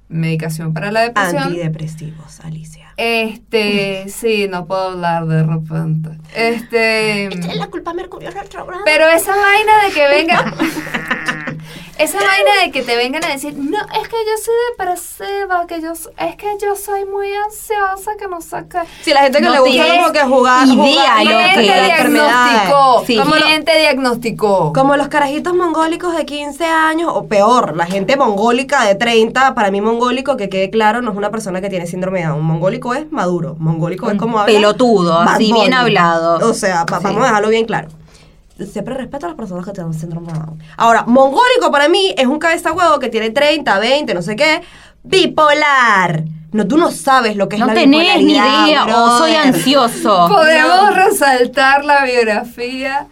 medicación para la depresión. Antidepresivos, Alicia. Este, sí, no puedo hablar de repente. Este. Em. la culpa a Mercurio retrogrado. Pero esa vaina de que venga. esa vaina de que te vengan a decir, no, es que yo soy depresiva, que yo, es que yo soy muy ansiosa, que no sé qué. Si la gente que No le gusta tienes como que jugar, idea jugar lo con que ¿Quién es te las enfermedades. diagnosticó? Sí. Como, lo- ¿Quién te diagnosticó? como los carajitos mongólicos de 15 años, o peor, la gente mongólica de 30, para mí mongólico, que quede claro, no es una persona que tiene síndrome de Down. Mongólico es maduro, mongólico es como... habla Mm, pelotudo, Bad así, Bunny. bien hablado. O sea, pa- Sí. vamos a dejarlo bien claro. Siempre respeto a las personas que tienen síndrome de Down. Ahora, mongólico para mí es un cabeza huevo que tiene 30, 20, no sé qué, bipolar. No, tú no sabes lo que es No la tenés ni bipolaridad, idea, o soy brother. ansioso. Podemos resaltar la biografía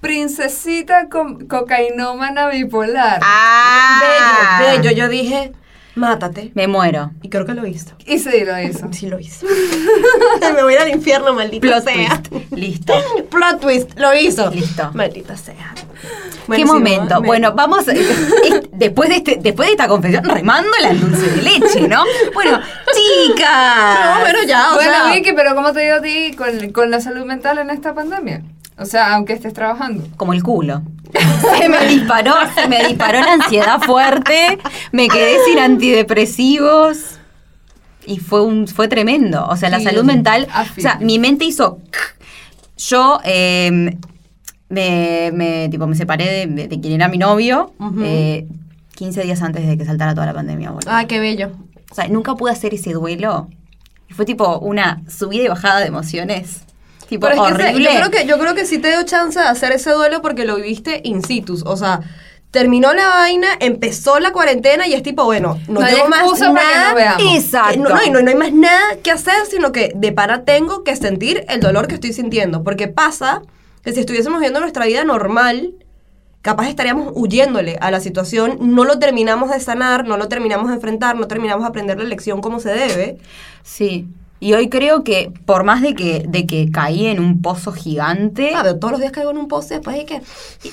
Princesita co- cocainómana bipolar. Ah, Bello, bello. Yo dije, mátate. Me muero. Y creo que lo hizo. Y sí, lo hizo. Sí lo hizo. Me voy a ir al infierno, maldita Plot sea. twist. Listo. Plot twist, lo hizo. Listo. Maldita sea. ¿Qué si no, momento? me- Bueno, vamos. es- después, de este- después de esta confesión, remándola al dulce de leche, ¿no? Bueno, chicas. No, bueno, ya, o bueno, sea. Vicky, pero ¿cómo te digo a ti con, con la salud mental en esta pandemia? O sea, aunque estés trabajando. Como el culo. Se me disparó, se me disparó la ansiedad fuerte. Me quedé sin antidepresivos. Y fue un, fue tremendo. O sea, la Sí, salud mental. O sea, afirmo. mi mente hizo. Yo eh, me, me- tipo, me separé de, de quien era mi novio Ujú. eh, 15 días antes de que saltara toda la pandemia, boludo. Ay, qué bello. O sea, nunca pude hacer ese duelo. Y Fue tipo una subida y bajada de emociones. Tipo, Pero es que, horrible. se- yo, creo que, yo creo que sí te dio chance de hacer ese duelo porque lo viviste in situ. O sea, terminó la vaina, empezó la cuarentena y es tipo, bueno, no, No hay tengo más excusa nada. para que no veamos. que- Exacto. No, no, y no, no hay más nada que hacer, sino que de para tengo que sentir el dolor que estoy sintiendo. Porque pasa que si estuviésemos viendo nuestra vida normal, capaz estaríamos huyéndole a la situación, no lo terminamos de sanar, no lo terminamos de enfrentar, no terminamos de aprender la lección como se debe. Sí. Y hoy creo que, por más de que, de que caí en un pozo gigante, Ah, pero todos los días caigo en un poste después y que...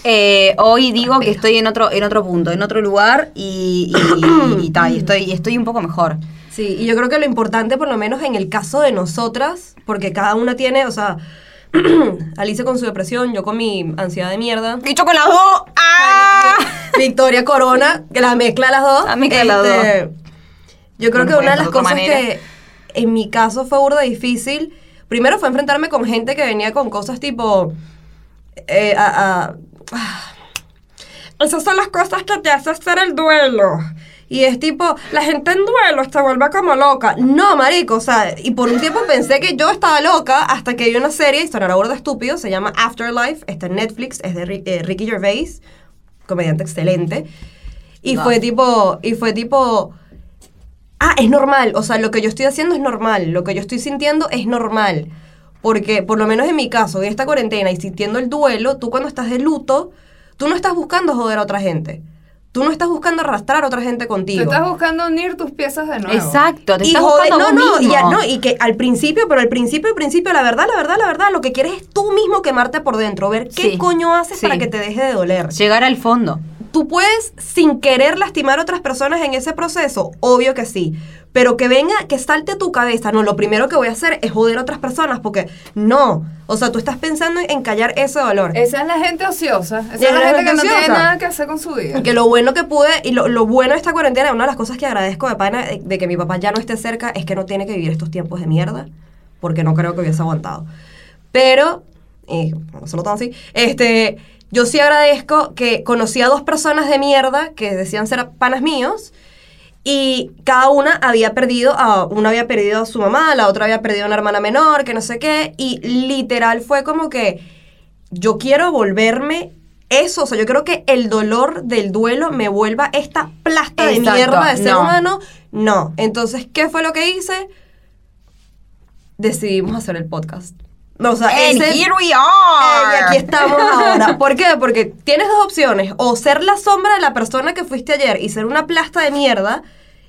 eh, hoy Ah, digo que estoy en otro, en otro punto, en otro lugar, y, y, y tal, y estoy, y estoy un poco mejor. Sí, y yo creo que lo importante, por lo menos en el caso de nosotras, porque cada una tiene, o sea, Alice con su depresión, yo con mi ansiedad de mierda. ¡Y yo con las dos! ¡Ah! Victoria Corona, que la mezcla las dos. este, La mezcla las dos. Yo creo No que puede una de las ser de otra cosas manera. que en mi caso fue burda difícil, primero fue enfrentarme con gente que venía con cosas tipo... eh, a- a- ah, esas son las cosas que te hace hacer el duelo. Y es tipo, la gente en duelo se vuelve como loca. No, marico, o sea, y por un tiempo pensé que yo estaba loca hasta que vi una serie, y sonará burda estúpido, se llama Afterlife, está en Netflix, es de Ri- eh, Ricky Gervais, comediante excelente. Y Wow. fue tipo, y fue tipo, ah, es normal, o sea, lo que yo estoy haciendo es normal, lo que yo estoy sintiendo es normal. Porque, por lo menos en mi caso, en esta cuarentena y sintiendo el duelo, tú cuando estás de luto, tú no estás buscando joder a otra gente. Tú no estás buscando arrastrar a otra gente Tú contigo. estás buscando unir tus piezas de nuevo. Exacto, te Y estás joder, buscando a no, no, vos y, a- mismo. no, y que al principio, pero al principio, al principio, la verdad, la verdad, la verdad, lo que quieres es tú mismo quemarte por dentro, ver qué Sí, coño haces sí. para que te deje de doler Llegar al fondo. tú puedes sin querer lastimar a otras personas en ese proceso, obvio que sí. Pero que venga, que salte a tu cabeza, no, lo primero que voy a hacer es joder a otras personas, porque no. O sea, tú estás pensando en callar ese dolor. Esa es la gente ociosa. Esa es Ya, la la gente, gente que no tiene ociosa. nada que hacer con su vida. Que lo bueno que pude, y lo, lo bueno de esta cuarentena, una de las cosas que agradezco de pana, eh, de, de que mi papá ya no esté cerca, es que no tiene que vivir estos tiempos de mierda, porque no creo que hubiese aguantado. Pero, eh, y no solo tan así, este, yo sí agradezco que conocí a dos personas de mierda que decían ser panas míos, y cada una había perdido, a, una había perdido a su mamá, la otra había perdido a una hermana menor, que no sé qué, y literal fue como que yo quiero volverme eso, o sea, yo creo que el dolor del duelo me vuelva esta plasta de Exacto, mierda de ser no. humano, no. Entonces, ¿qué fue lo que hice? Decidimos hacer el podcast. No, o sea, And ese- here we eh, y are. aquí estamos ahora. ¿Por qué? Porque tienes dos opciones. O ser la sombra de la persona que fuiste ayer y ser una plasta de mierda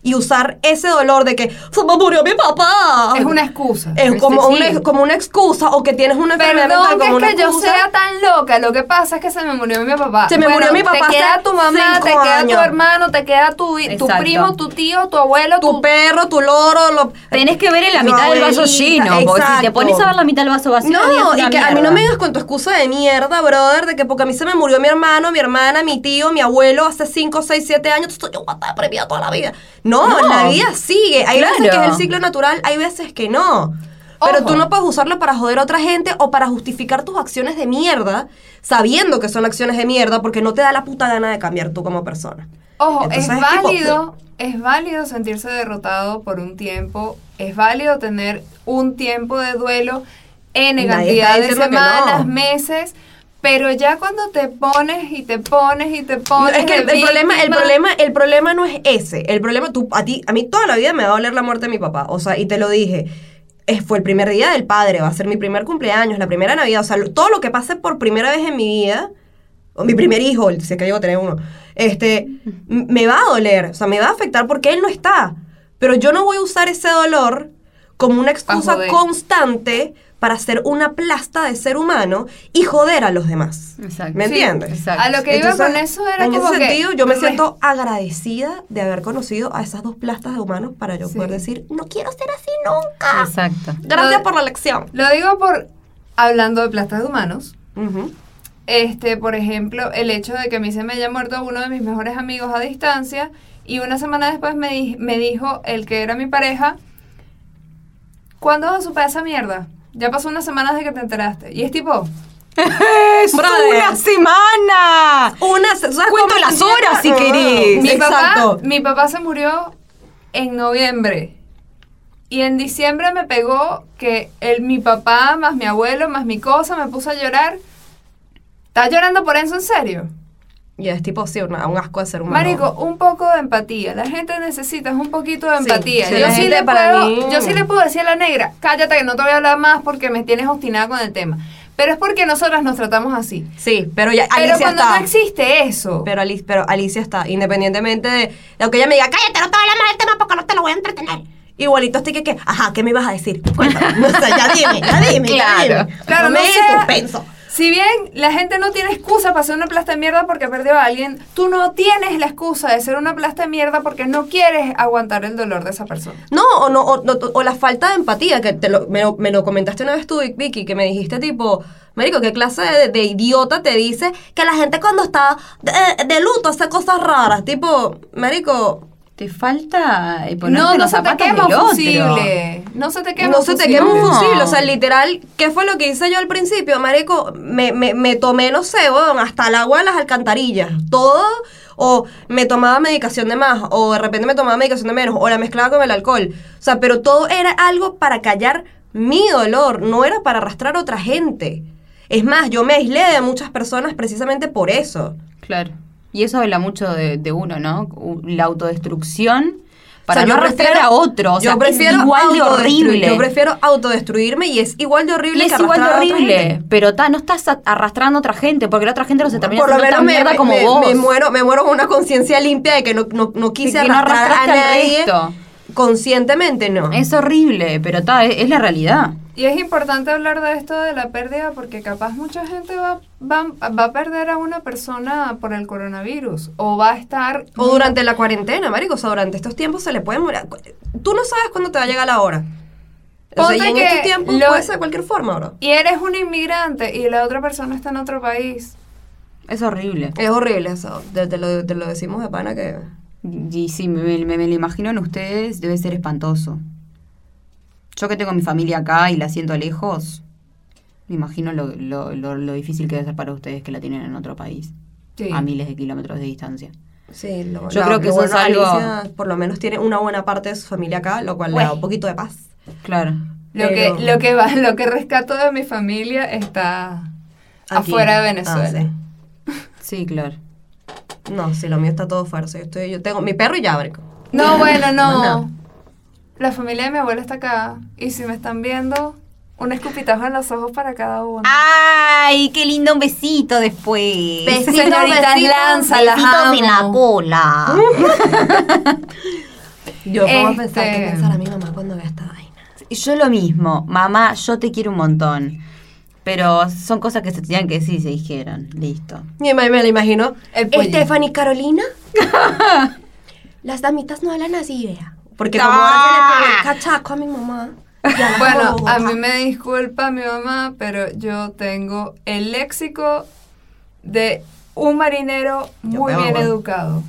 y usar ese dolor de que se me murió mi papá. Es una excusa. Es Sí, como, sí. una, como una excusa o que tienes una enfermedad mental Perdón que como una es que yo excusa. sea tan loca, lo que pasa es que se me murió mi papá. Se me Bueno, murió mi papá Te queda hace tu mamá, te cinco queda años. tu hermano, te queda tu, tu Exacto. primo, tu tío, tu abuelo, tu tu... perro, tu loro, lo... Tenés que ver en la mitad del vaso Abuelita, lleno. Porque si te exacto. pones a ver la mitad del vaso vacío. el día es No, una y que a mí mierda. no me vengas con tu excusa de mierda, brother, de que porque a mí se me murió mi hermano, mi hermana, mi tío, mi abuelo hace 5, 6, 7 años, entonces yo voy a estar deprimida toda la vida. No, No. la vida sigue. Hay veces que Claro. es el ciclo natural, hay veces que no. Pero Ojo. tú no puedes usarlo para joder a otra gente o para justificar tus acciones de mierda, sabiendo que son acciones de mierda, porque no te da la puta gana de cambiar tú como persona. Ojo, Entonces, es es tipo- válido, es válido sentirse derrotado por un tiempo, es válido tener un tiempo de duelo N Nadie cantidad está de diciendo que semanas, no. meses, pero ya cuando te pones y te pones y te No, pones es que el, de el problema, el víctima- problema, el problema no es ese. El problema, tú, a ti, a mí toda la vida me va a doler la muerte de mi papá. O sea, y te lo dije. Es, fue el primer día del padre, va a ser mi primer cumpleaños, la primera Navidad. O sea, lo- todo lo que pase por primera vez en mi vida, o mi primer hijo, el- si es que llego a tener uno, este, m- me va a doler. O sea, me va a afectar porque él no está. Pero yo no voy a usar ese dolor como una excusa joder. constante para ser una plasta de ser humano y joder a los demás. Exacto. ¿Me Sí, entiendes? exacto. A lo que iba Entonces, con eso era en como ese que pues, sentido, yo me res- siento agradecida de haber conocido a esas dos plastas de humanos para yo Sí. poder decir, no quiero ser así nunca. Exacto. Gracias Lo- por la lección. Lo digo por hablando de plastas de humanos. Ujú. Este, por ejemplo, el hecho de que a mí se me haya muerto uno de mis mejores amigos a distancia y una semana después me, di- me dijo el que era mi pareja, ¿cuándo vas a superar esa mierda? Ya pasó una semana desde que te enteraste. Y es tipo, ¡Es Brother. una semana! Una, ¿sabes cómo Cuento me las siento? horas, si Ah, querés. mi Exacto. papá, mi papá se murió en noviembre. Y en diciembre me pegó que el, mi papá, más mi abuelo, más mi cosa, me puso a llorar. ¿Estás llorando por eso en serio? Y es tipo, sí, una- un asco de ser humano. Marico, un poco de empatía. La gente necesita un poquito de Sí, empatía. sí, yo, la sí gente le para puedo, mí- yo sí le puedo decir a la negra, cállate que no te voy a hablar más porque me tienes obstinada con el tema. Pero es porque nosotras nos tratamos así. Sí, pero ya, Pero Alicia cuando está. no existe eso, pero, Ali- pero Alicia está, independientemente de, de que ella me diga, cállate, no te voy a hablar más del tema porque no te lo voy a entretener. Igualito estoy que, que, ajá, ¿qué me ibas a decir? Cuéntame. O sea, ya dime, ya dime, ya Claro. dime. Claro, me no sea- suspenso. Si bien la gente no tiene excusa para ser una plasta de mierda porque perdió a alguien, tú no tienes la excusa de ser una plasta de mierda porque no quieres aguantar el dolor de esa persona. No, o, no, o, no- o la falta de empatía, que te lo, me, lo, me lo comentaste una vez tú, Vicky, que me dijiste tipo, Marico, ¿qué clase de, de idiota te dice que la gente cuando está de, de luto hace cosas raras? Tipo, Marico, Te falta eh, ponerte No, no los se te zapatos quema del un otro. fusible. No se te quema no un se te fusible. quema un fusible. fusil, o sea, literal, ¿qué fue lo que hice yo al principio? Marico, me, me, me tomé, no sé, weón, hasta el agua de las alcantarillas, todo, o me tomaba medicación de más, o de repente me tomaba medicación de menos, o la mezclaba con el alcohol, o sea, pero todo era algo para callar mi dolor, no era para arrastrar a otra gente. Es más, yo me aislé de muchas personas precisamente por eso. Claro. Y eso habla mucho de, de uno, ¿no? U- La autodestrucción para O sea, no yo arrastrar prefiero- a otro. O sea, yo prefiero es igual de autodestru- horrible. Yo prefiero autodestruirme y es igual de Y horrible es que igual de arrastrar a otra gente. horrible, pero ta, no estás a- arrastrando a otra gente, porque la otra gente no se termina Por lo haciendo menos tan me, mierda me- como me- vos. me muero, me muero con una conciencia limpia de que no, no, no quise De que no arrastrar a arrastraste al nadie. resto. Conscientemente no. Es horrible, pero ta, es, es la realidad. Y es importante hablar de esto de la pérdida porque capaz mucha gente va, va, va a perder a una persona por el coronavirus o va a estar... o durante la cuarentena, marico, o sea, durante estos tiempos se le puede morir. Tú no sabes cuándo te va a llegar la hora. O sea, Ponte y en que estos tiempos lo- puede ser de cualquier forma, bro. Y eres un inmigrante y la otra persona está en otro país. Es horrible. Es horrible eso. Te, te lo, te lo decimos de pana que... Y si me, me- me lo imagino en ustedes, debe ser espantoso. Yo que tengo mi familia acá y la siento lejos, me imagino lo, lo- lo- lo difícil que debe ser para ustedes que la tienen en otro país, Sí. a miles de kilómetros de distancia. Sí, lo, Yo la- creo que lo eso es algo- Alicia, por lo menos tiene una buena parte de su familia acá, lo cual le da un poquito de paz. Claro. Lo que, Pero- lo, que va, lo que rescato de mi familia está Aquí. afuera de Ah, Venezuela. sí. Sí, claro. No, sí, lo mío está todo fuerza. Yo, estoy, yo tengo mi perro y ya, marico. No, bueno, Más no. nada. La familia de mi abuela está acá. Y si me están viendo, un escupitajo en los ojos para cada uno. Ah, ¡Ay, qué lindo un besito después! Besitos, Señoritas besitos, Lanza, las Besitos amo. en la cola. Yo puedo Este- pensar que pensará mi mamá cuando vea esta vaina. Y Yo lo mismo, mamá, yo te quiero un montón. Pero son cosas que se tenían que decir y se dijeron. Listo. Mi mamá me la imagino. El pollo. Stephanie Carolina. las damitas no hablan así, vea. Porque como Ah. ahora se le pegó el cachaco a mi mamá. ya la Bueno, jodo, a papá. mí me disculpa mi mamá, pero yo tengo el léxico de un marinero Yo muy me bien ahogo. educado.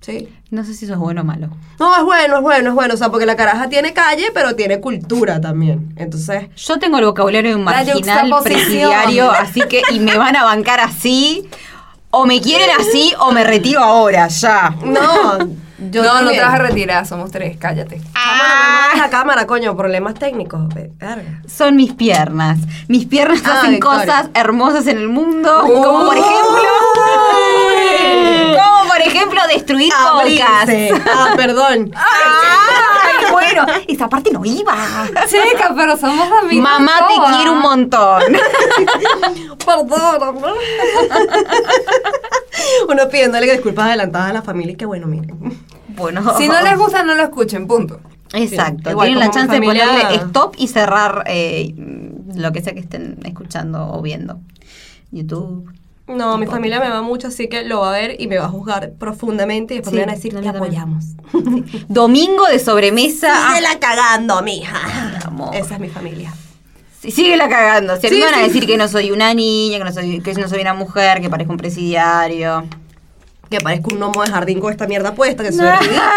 Sí. No sé si eso es bueno o malo. No, es bueno, es bueno, es bueno. O sea, porque la caraja tiene calle, pero tiene cultura también. Entonces, Yo tengo el vocabulario de un La marginal yuxtaposición. presidiario, así que y me van a bancar así. O me quieren así o me retiro ahora, ya. no. Yo no, no te también. vas a Ah. retirar, somos tres, cállate. Chama, no me muevas la cámara, coño. Problemas técnicos. ve- Verga. Son mis piernas. Mis piernas Ah, hacen Victoria. Uh. cosas hermosas en el mundo, Uy. como por ejemplo, Uy. como por ejemplo destruir podcasts. Abrirse. Ah, perdón. Ay, bueno, esa parte no iba. Chica, pero somos amigos. Mamá, te todas. quiero un montón. Perdón, amor. Uno pidiéndole disculpas adelantadas a la familia y que bueno, miren. Bueno, Si no les gusta, no lo escuchen, punto. Exacto, Sí, igual tienen la como chance familia- de ponerle stop y cerrar eh, mm, lo que sea que estén escuchando o viendo. YouTube. No, mi familia me va mucho, así que lo va a ver y me va a juzgar profundamente y después Sí, me van a decir a mí que también. apoyamos. Ah. Domingo de sobremesa. Ah, la cagando, mija. Amor. Esa es mi familia. Sí, síguela cagando. Si a mí Sí, me van a sí. decir que no soy una niña, que no soy, que no soy una mujer, que parezco un presidiario. Que parezco un gnomo de jardín con esta mierda puesta, que soy No. ridícula.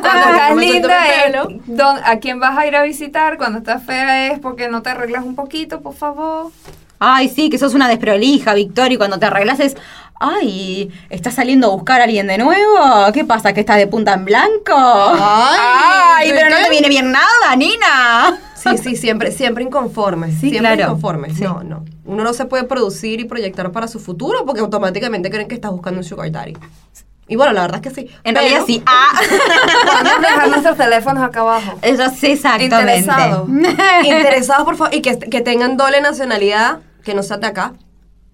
Cuando estás me suelto linda, Ah, el es pelo. don- a quién vas a ir a visitar. Cuando estás fea es porque no te arreglas un poquito, por favor. Ay, sí, que sos una desprolija, Victoria, y cuando te arreglas es. Ay, ¿estás saliendo a buscar a alguien de nuevo? ¿Qué pasa? ¿Que estás de punta en blanco? Ay, Ay, pero no ¿qué? te viene bien nada, Nina. Sí, sí, siempre, siempre inconforme. Sí, siempre claro. inconforme. Sí. No, no. Uno no se puede producir y proyectar para su futuro porque automáticamente creen que estás buscando un sugar daddy. Y bueno, la verdad es que sí. En Pero- realidad sí. Ah. Vamos a dejar nuestros teléfonos acá abajo. Eso sí, exactamente. Interesado. Interesados, por favor, y que, que tengan doble nacionalidad, que no sean de acá.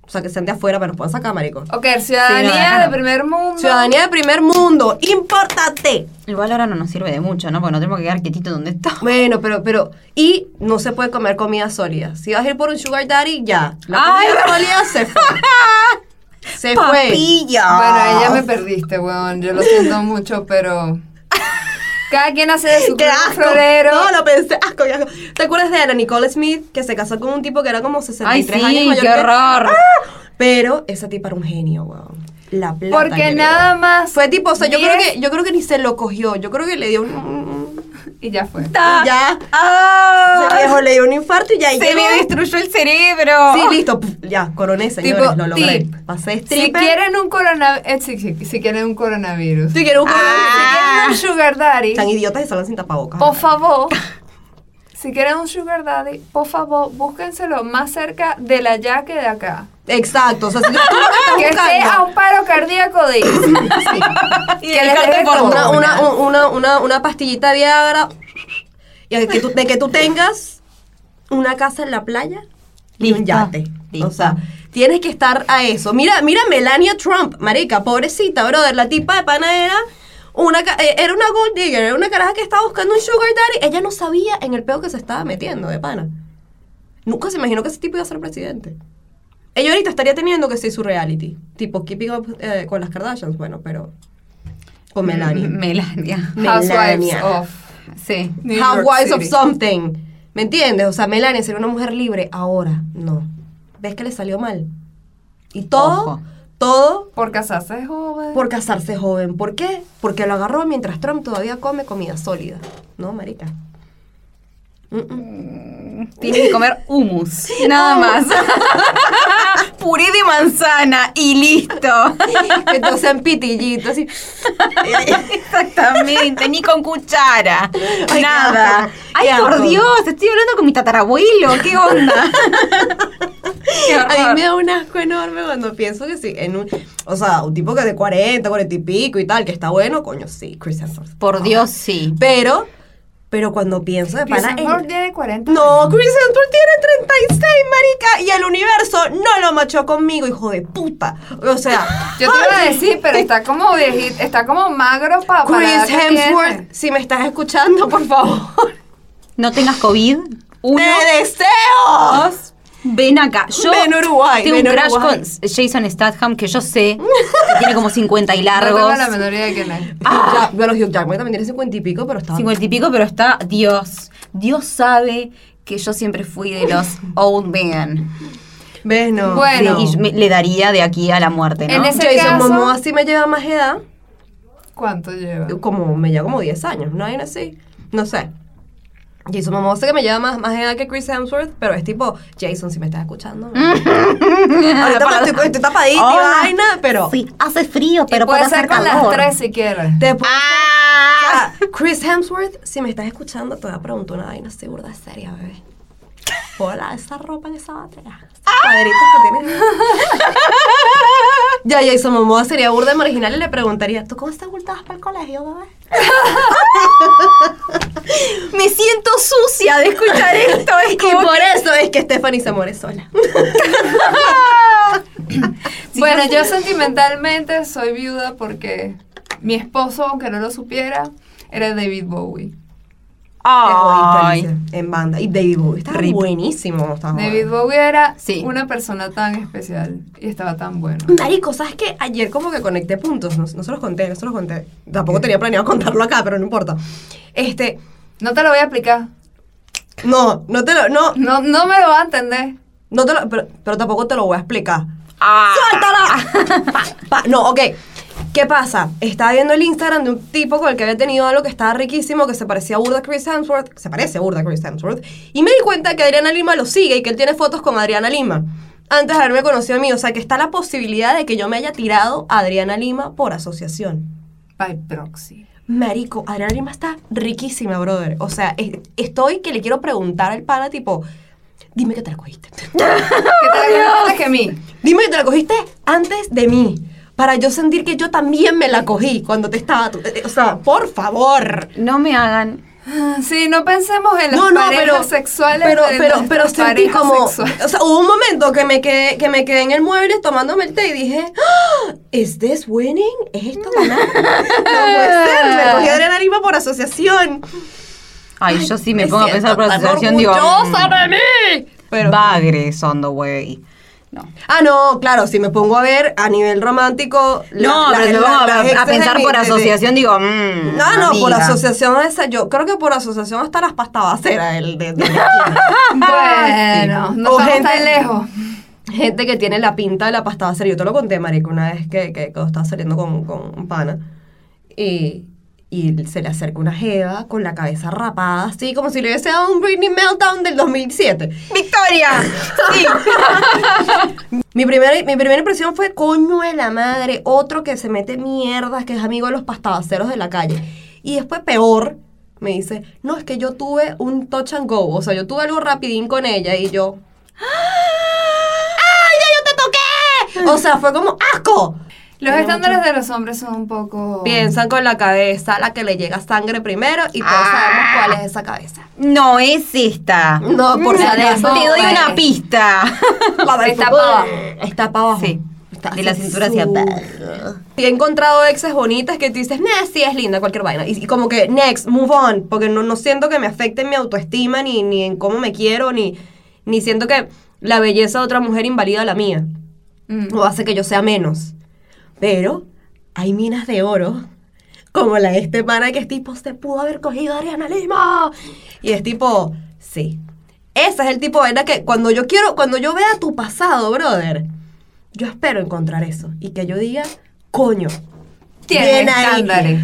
O sea, que sean de afuera, pero nos puedan sacar, marico. Ok, Sí, ciudadanía no, no. de primer mundo. Ciudadanía de primer mundo, importante. Igual ahora no nos sirve de mucho, ¿no? Porque nos tenemos que quedar quietitos donde está. Bueno, pero, pero, y no se puede comer comida sólida. Si vas a ir por un sugar daddy, ya. La Ay, comida sólida se fue. Se fue. ¡Papilla! Bueno, Ah. ella me perdiste, weón. Yo lo siento mucho, pero. Cada quien hace de su ¡Qué culo un asco! florero. No, lo pensé. Asco, qué asco. ¿Te acuerdas de Ana Nicole Smith que se casó con un tipo que era como 63 Ay, sí, años mayor? qué que- horror. ¡Ah! Pero esa tipa era un genio, weón. La plata. que porque le nada dio. más. Fue tipo, o sea, yo creo diez que yo creo que ni se lo cogió. Yo creo que le dio un- un. Y ya fue. y ya. ¡Ah! Se dejó, le dio un infarto y ya. y Se llegó. me destruyó el cerebro. Sí, listo. puf, Ya, coroné, señores. Tipo, lo logré. tip. Pasé este stripper. Si quieren un coronavirus. Si, si- si quieren un coronavirus. Si quieren un coroné, Si quieren un sugar daddy. Están Ah. idiotas y salen sin tapabocas. Por favor. Si quieren un sugar daddy, por favor, búsquenselo más cerca de la ya que de acá. Exacto. O sea, si tú lo que Que estás esté a buscando. un paro cardíaco de Y que dejate les deje por una, una. una, una, una, una pastillita de Viagra. Y de que, tú, de que tú tengas una casa en la playa y un Listo, yate. listo. O sea, tienes que estar a eso. Mira, mira Melania Trump, marica, pobrecita, brother. La tipa de pana era una, ca- eh, era una gold digger, era una caraja que estaba buscando un sugar daddy. Ella no sabía en el peo que se estaba metiendo de pana. Nunca se imaginó que ese tipo iba a ser presidente. Ella ahorita estaría teniendo que ser su reality. Tipo, keeping up eh, con las Kardashians, bueno, pero... Con Melania. Mm, Melania. Housewives Melania. of Sí. New York Housewives of City. something. ¿Me entiendes? O sea, Melania sería una mujer libre ahora. No. ¿Ves que le salió mal? Y todo, Ojo. todo Por casarse de joven. por casarse joven. ¿Por qué? Porque lo agarró mientras Trump todavía come comida sólida. No, marica. Mm-mm. Tienes que comer hummus. Nada más. Puré de manzana y listo. que todos sean pitillitos. así. Exactamente, ni con cuchara. Ay, nada. qué asco, Ay, qué por asco. Dios, estoy hablando con mi tatarabuelo. ¿Qué onda? Qué A horror. mí me da un asco enorme cuando pienso que sí. En un, o sea, un tipo que es de 40, 40 y pico y tal, que está bueno, coño, sí, Chris Hemsworth. Por Dios, sí. Pero Pero cuando pienso de Chris pana. en- Hemsworth tiene 40 No, Chris Hemsworth tiene 36, marica. Y el universo no lo machó conmigo, hijo de puta. O sea. Yo te iba a decir, pero está como viejito, está como magro pa- para la edad Chris que tiene. Hemsworth, si me estás escuchando, por favor. No tengas COVID. Uno, ¡Te deseo! dos, ven acá. Yo Ven Uruguay, tengo ven un crash Uruguay. con Jason Statham, que yo sé que tiene como 50 y No largos. tengo la menor idea de quién es. Ah. Jack- bueno, Hugh Jackman también tiene 50 y pico, pero está. 50 y pico, pero está Dios. Dios sabe que yo siempre fui de los old man. ¿Ves? No. Bueno. no. Y yo me- le daría de aquí a la muerte, ¿no? En ese- Jason caso- Momoa sí me lleva más edad. ¿Cuánto lleva? Como me lleva como 10 años, ¿no? Vaina así. No sé. Jason Momoa sé que me lleva más, más edad que Chris Hemsworth, pero es tipo, Jason, si me estás escuchando. ¿no? Ahorita pues, estoy, estoy tapadita y Hola. vaina, pero. Oh Sí, hace frío, pero y puede puede ser hacer con calor. las tres si quieres. Te puedo- ¡Ah! Ah, Chris Hemsworth, si me estás escuchando, te voy a preguntar una vaina así burda seria, bebé. Hola, esa ropa en esa batería. Esos Ah. cuadritos que tienes. ya, Jason Momoa sería burda marginal y le preguntaría, ¿tú cómo te ocultabas para el colegio, bebé? Me siento sucia de escuchar esto. Es Y por eso es que Stephanie se muere sola. bueno, yo sentimentalmente soy viuda porque mi esposo, aunque no lo supiera, era David Bowie. Qué jodiste, dice, en banda. Y David Bowie está Rip. buenísimo. Está David Bowie era Sí. una persona tan especial y estaba tan bueno. Marico, ¿sabes qué? Ayer como que conecté puntos, no, no se los conté, no se los conté. Tampoco tenía planeado contarlo acá, pero no importa. Este, No te lo voy a aplicar. no, no te lo, no, No, no me lo va a entender. no te lo, pero, pero tampoco te lo voy a explicar. Ah. ¡Suéltala! Pa, pa. No, ok. ¿Qué pasa? Estaba viendo el Instagram de un tipo con el que había tenido algo que estaba riquísimo, que se parecía a Burda Chris Hemsworth, se parece a Burda Chris Hemsworth, y me di cuenta que Adriana Lima lo sigue y que él tiene fotos con Adriana Lima. Antes de haberme conocido a mí, o sea que está la posibilidad de que yo me haya tirado a Adriana Lima por asociación. By proxy. Marico, Adriana Lima está riquísima, brother. O sea, es- estoy que le quiero preguntar al pana, tipo, dime que te la cogiste. Que te la cogió antes que mí. dime que te la cogiste antes de mí. Para yo sentir que yo también me la cogí cuando te estaba. tú- eh, eh, O sea, por favor. No me hagan. Sí, no pensemos en las parejas sexuales. Pero, de pero, nuestras pero sentí parejas como. sexuales. O sea, hubo un momento que me quedé, que me quedé en el mueble tomándome el té y dije, "Ah, ¿Is this winning? ¿Es esto ganar? no puede ser. Me cogí a Adriana Lima por asociación. Ay, yo sí me pongo a pensar por la siento tan asociación, digo. orgullosa mm, de mí! Pero- Bagres on the way. No. Ah, no, claro, si me pongo a ver a nivel romántico. la- no, la- pero si me la- pongo a- las a, exes de pensar mi- por de- de- asociación, digo. mm, No, no, por amiga. asociación esa, yo creo que por asociación hasta las pastabaceras el de, de- Bueno, no O estamos gente- tan lejos. gente que tiene la pinta de la pastabacera. Yo te lo conté, marico, una vez que, que cuando estaba saliendo con, con un pana y, y se le acerca una jeva con la cabeza rapada, así como si le hubiese dado un Britney Meltdown del 2007. ¡Victoria! Sí. Mi primera, mi primera impresión fue, coño de la madre, otro que se mete mierdas, que es amigo de los pastabaceros de la calle. Y después, peor, me dice, no, es que yo tuve un touch and go, o sea, yo tuve algo rapidín con ella y yo... ¡Ay, ya yo te toqué! O sea, fue como asco. Los estándares de los hombres son un poco. mm, Piensan con la cabeza, la que le llega sangre primero y todos Ah. sabemos cuál es esa cabeza. No es esta. No, por La de- favor, Te doy no, una eh. pista. La del Está fútbol. pa' abajo. Está para abajo. Sí. Está De la así cintura hacia súper. abajo. Y he encontrado exes bonitas que tú dices, nah, sí, es linda, cualquier vaina. Y, y como que, next, move on. Porque no, no siento que me afecte en mi autoestima, ni, ni en cómo me quiero, ni, ni siento que la belleza de otra mujer invalida la mía. Mm. O hace que yo sea menos. Pero hay minas de oro, como la de este pana que es tipo, se pudo haber cogido a Ariana Lima. Y es tipo, sí. Ese es el tipo de vaina que cuando yo quiero, cuando yo vea tu pasado, brother, yo espero encontrar eso. Y que yo diga, coño. Tiene bien ahí. estándares.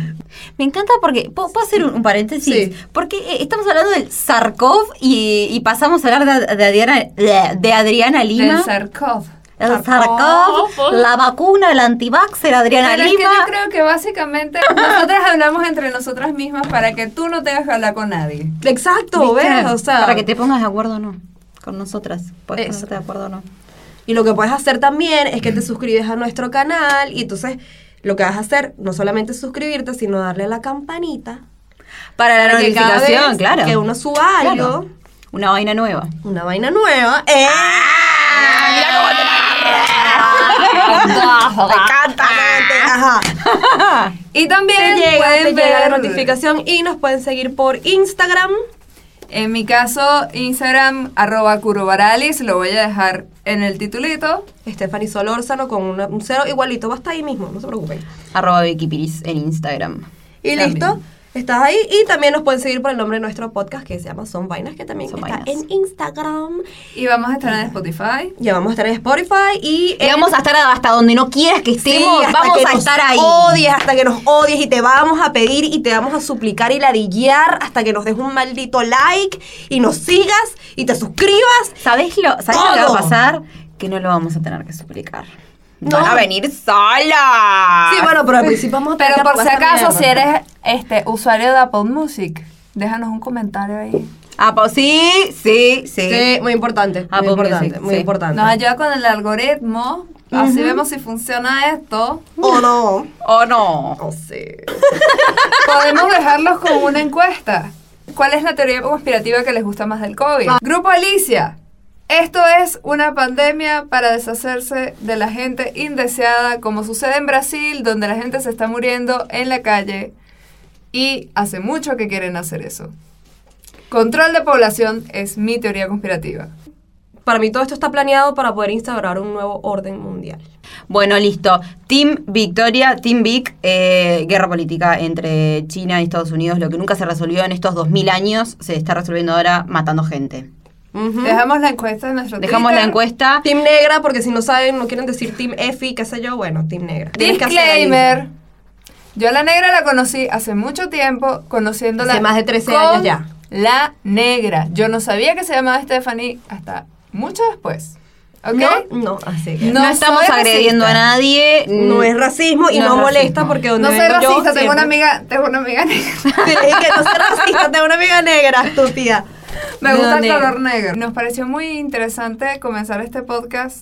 Me encanta porque, ¿puedo, puedo hacer un, un paréntesis? Sí. Porque eh, estamos hablando del Sarkov y, y pasamos a hablar de, de Adriana, de, de Adriana Lima. Del Sarkov. el Sarkov, la vacuna, el antivaxer, Adriana Pero es que Lima. yo creo que básicamente nosotras hablamos entre nosotras mismas para que tú no tengas que hablar con nadie. Exacto, ¿Viste? ¿ves? O sea, Para que te pongas de acuerdo o no. Con nosotras. Puedes Eso. ponerte de acuerdo o no. Y lo que puedes hacer también es que te suscribes a nuestro canal y entonces lo que vas a hacer no solamente es suscribirte, sino darle a la campanita Para la Porque cada notificación, vez claro. Que uno suba algo, Claro. Una vaina nueva. una vaina nueva. ¡eh! Exactamente, ajá. Y también Te llega, pueden te llega la ver- notificación y nos pueden seguir por Instagram. En mi caso, Instagram, arroba curobaralis, lo voy a dejar en el titulito. Stephanie Solórzano con una- un cero igualito, va a estar ahí mismo, no se preocupen. Arroba Vicky Piris en Instagram. Y También. listo, estás ahí. Y también nos pueden seguir por el nombre de nuestro podcast que se llama Son Vainas, que también Son está Vainas. en Instagram. Y vamos a estar en Spotify. Ya vamos a estar en Spotify y... Y vamos a estar hasta donde no quieras que Eh, Sí, estemos. hasta vamos que a nos estar ahí. Odies hasta que nos odies y te vamos a pedir y te vamos a suplicar y ladillar hasta que nos des un maldito like y nos sigas y te suscribas. ¿Sabés lo, sabés lo que va Todo. a pasar? Que no lo vamos a tener que suplicar. No. Van a venir sola. Sí, bueno, pero al principio vamos a Ah. Pero tener que por si hacer acaso, mierda. si eres este usuario de Apple Music, déjanos un comentario ahí. Ah, pues sí, sí, sí. Sí, muy importante. Ah, muy pues, importante, sí, muy sí. importante. Nos ayuda con el algoritmo. Así vemos si funciona esto. o no. ¿O no? O sí. Podemos dejarlos con una encuesta. ¿Cuál es la teoría conspirativa que les gusta más del COVID? Ah. Grupo Alicia. Esto es una pandemia para deshacerse de la gente indeseada, como sucede en Brasil, donde la gente se está muriendo en la calle y hace mucho que quieren hacer eso. Control de población es mi teoría conspirativa. Para mí todo esto está planeado para poder instaurar un nuevo orden mundial. Bueno, listo. Team Victoria, Team Vic, eh, guerra política entre China y Estados Unidos, lo que nunca se resolvió en estos 2000 años, se está resolviendo ahora matando gente. Ujú. Dejamos la encuesta en nuestro Dejamos la Twitter. encuesta. Team negra, porque si no saben, no quieren decir Team Efi, qué sé yo, bueno, Team negra. Tienes que hacer ahí. Disclaimer. Yo a la negra la conocí hace mucho tiempo, conociéndola. Hace más de 13 con años ya. La negra. Yo no sabía que se llamaba Stephanie hasta mucho después. ¿Ok? No, no, así que... No, No estamos soy agrediendo racista. a nadie. No es racismo y Mm. No no, es racismo. molesta porque donde No soy vengo yo racista, tengo una siempre- amiga, tengo una amiga negra. Sí, que no soy racista, tengo una amiga negra, estúpida. Me gusta el Negra. color negro. Nos pareció muy interesante comenzar este podcast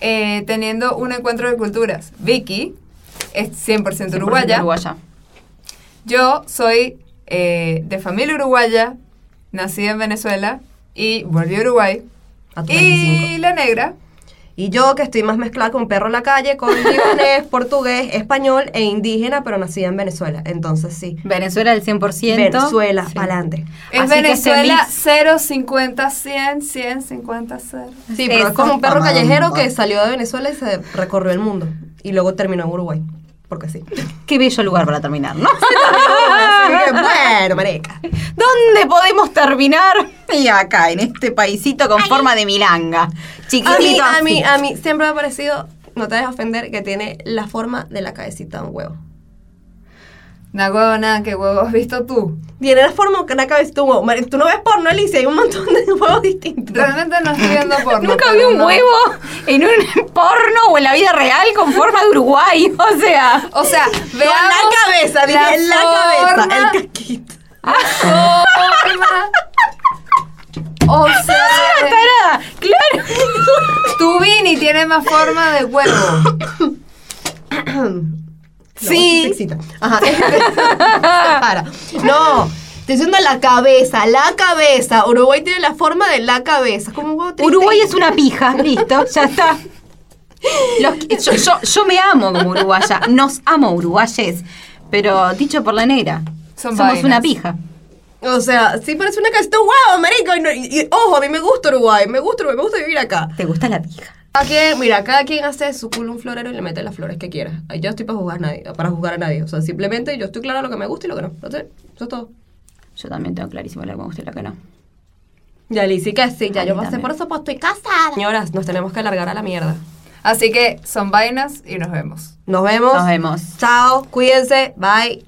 eh, teniendo un encuentro de culturas. Vicky es 100% uruguaya. Uruguaya. Yo soy eh, de familia uruguaya, nacida en Venezuela y volví a Uruguay. A tu Y 25. la negra, Y yo, que estoy más mezclada con perro en la calle, con libanés, portugués, español e indígena, pero nacida en Venezuela. Entonces sí. Venezuela del 100%. Venezuela, Sí. pa'lante. es Así que Venezuela este mix- 0, 50, 100, 100, 50, 0. Sí, pero Eso es como un perro está callejero mamando. que salió de Venezuela y se recorrió el mundo. Y luego terminó en Uruguay. Porque sí. Qué bello lugar para terminar, ¿no? Así que, bueno, marica. ¿Dónde podemos terminar? Y acá, en este paisito con forma de milanga. A mí, Chiquitito. a así. mí, a mí siempre me ha parecido, no te dejes ofender, que tiene la forma de la cabecita de un huevo. Na huevona, qué huevo has visto tú. Tiene la forma de la cabecita de un huevo. Mari- Tú no ves porno, Alicia, hay un montón de huevos distintos. Realmente no estoy viendo porno. Nunca vi pero un no. huevo en un porno o en la vida real con forma de Uruguay. O sea, O sea, No, en veamos la cabeza, dije, en la cabeza. El caquito. forma- forma. O sea, tarada, claro. tu Vini tiene más forma de huevo. No, sí se excita. Ajá. este, Para. No. Te diciendo la cabeza, la cabeza. Uruguay tiene la forma de la cabeza. Es como un huevo triste. Uruguay es una pija, listo, ya está. Los- yo, yo- yo me amo como uruguaya, nos amo uruguayes, pero dicho por la negra, Son somos vainas. una pija. O sea, sí parece una cabeza. ¡Wow, marico! Y no- y- y- ojo, a mí me gusta Uruguay. Me gusta Uruguay, me gusta vivir acá. ¿Te gusta la pija? Cada quien, mira, cada quien hace de su culo un florero y le mete las flores que quiera. Ay, Yo estoy para juzgar a nadie, para juzgar a nadie. O sea, simplemente yo estoy clara lo que me gusta y lo que no. No sé, eso es todo. Yo también tengo clarísimo la que me gusta y la que no. Ya, Lizzy, que sí, ya A mí yo pasé también. por eso, pues estoy casada. Señoras, nos tenemos que alargar a la mierda. Así que son vainas y nos vemos. Nos vemos. Nos vemos. Chao, cuídense, bye.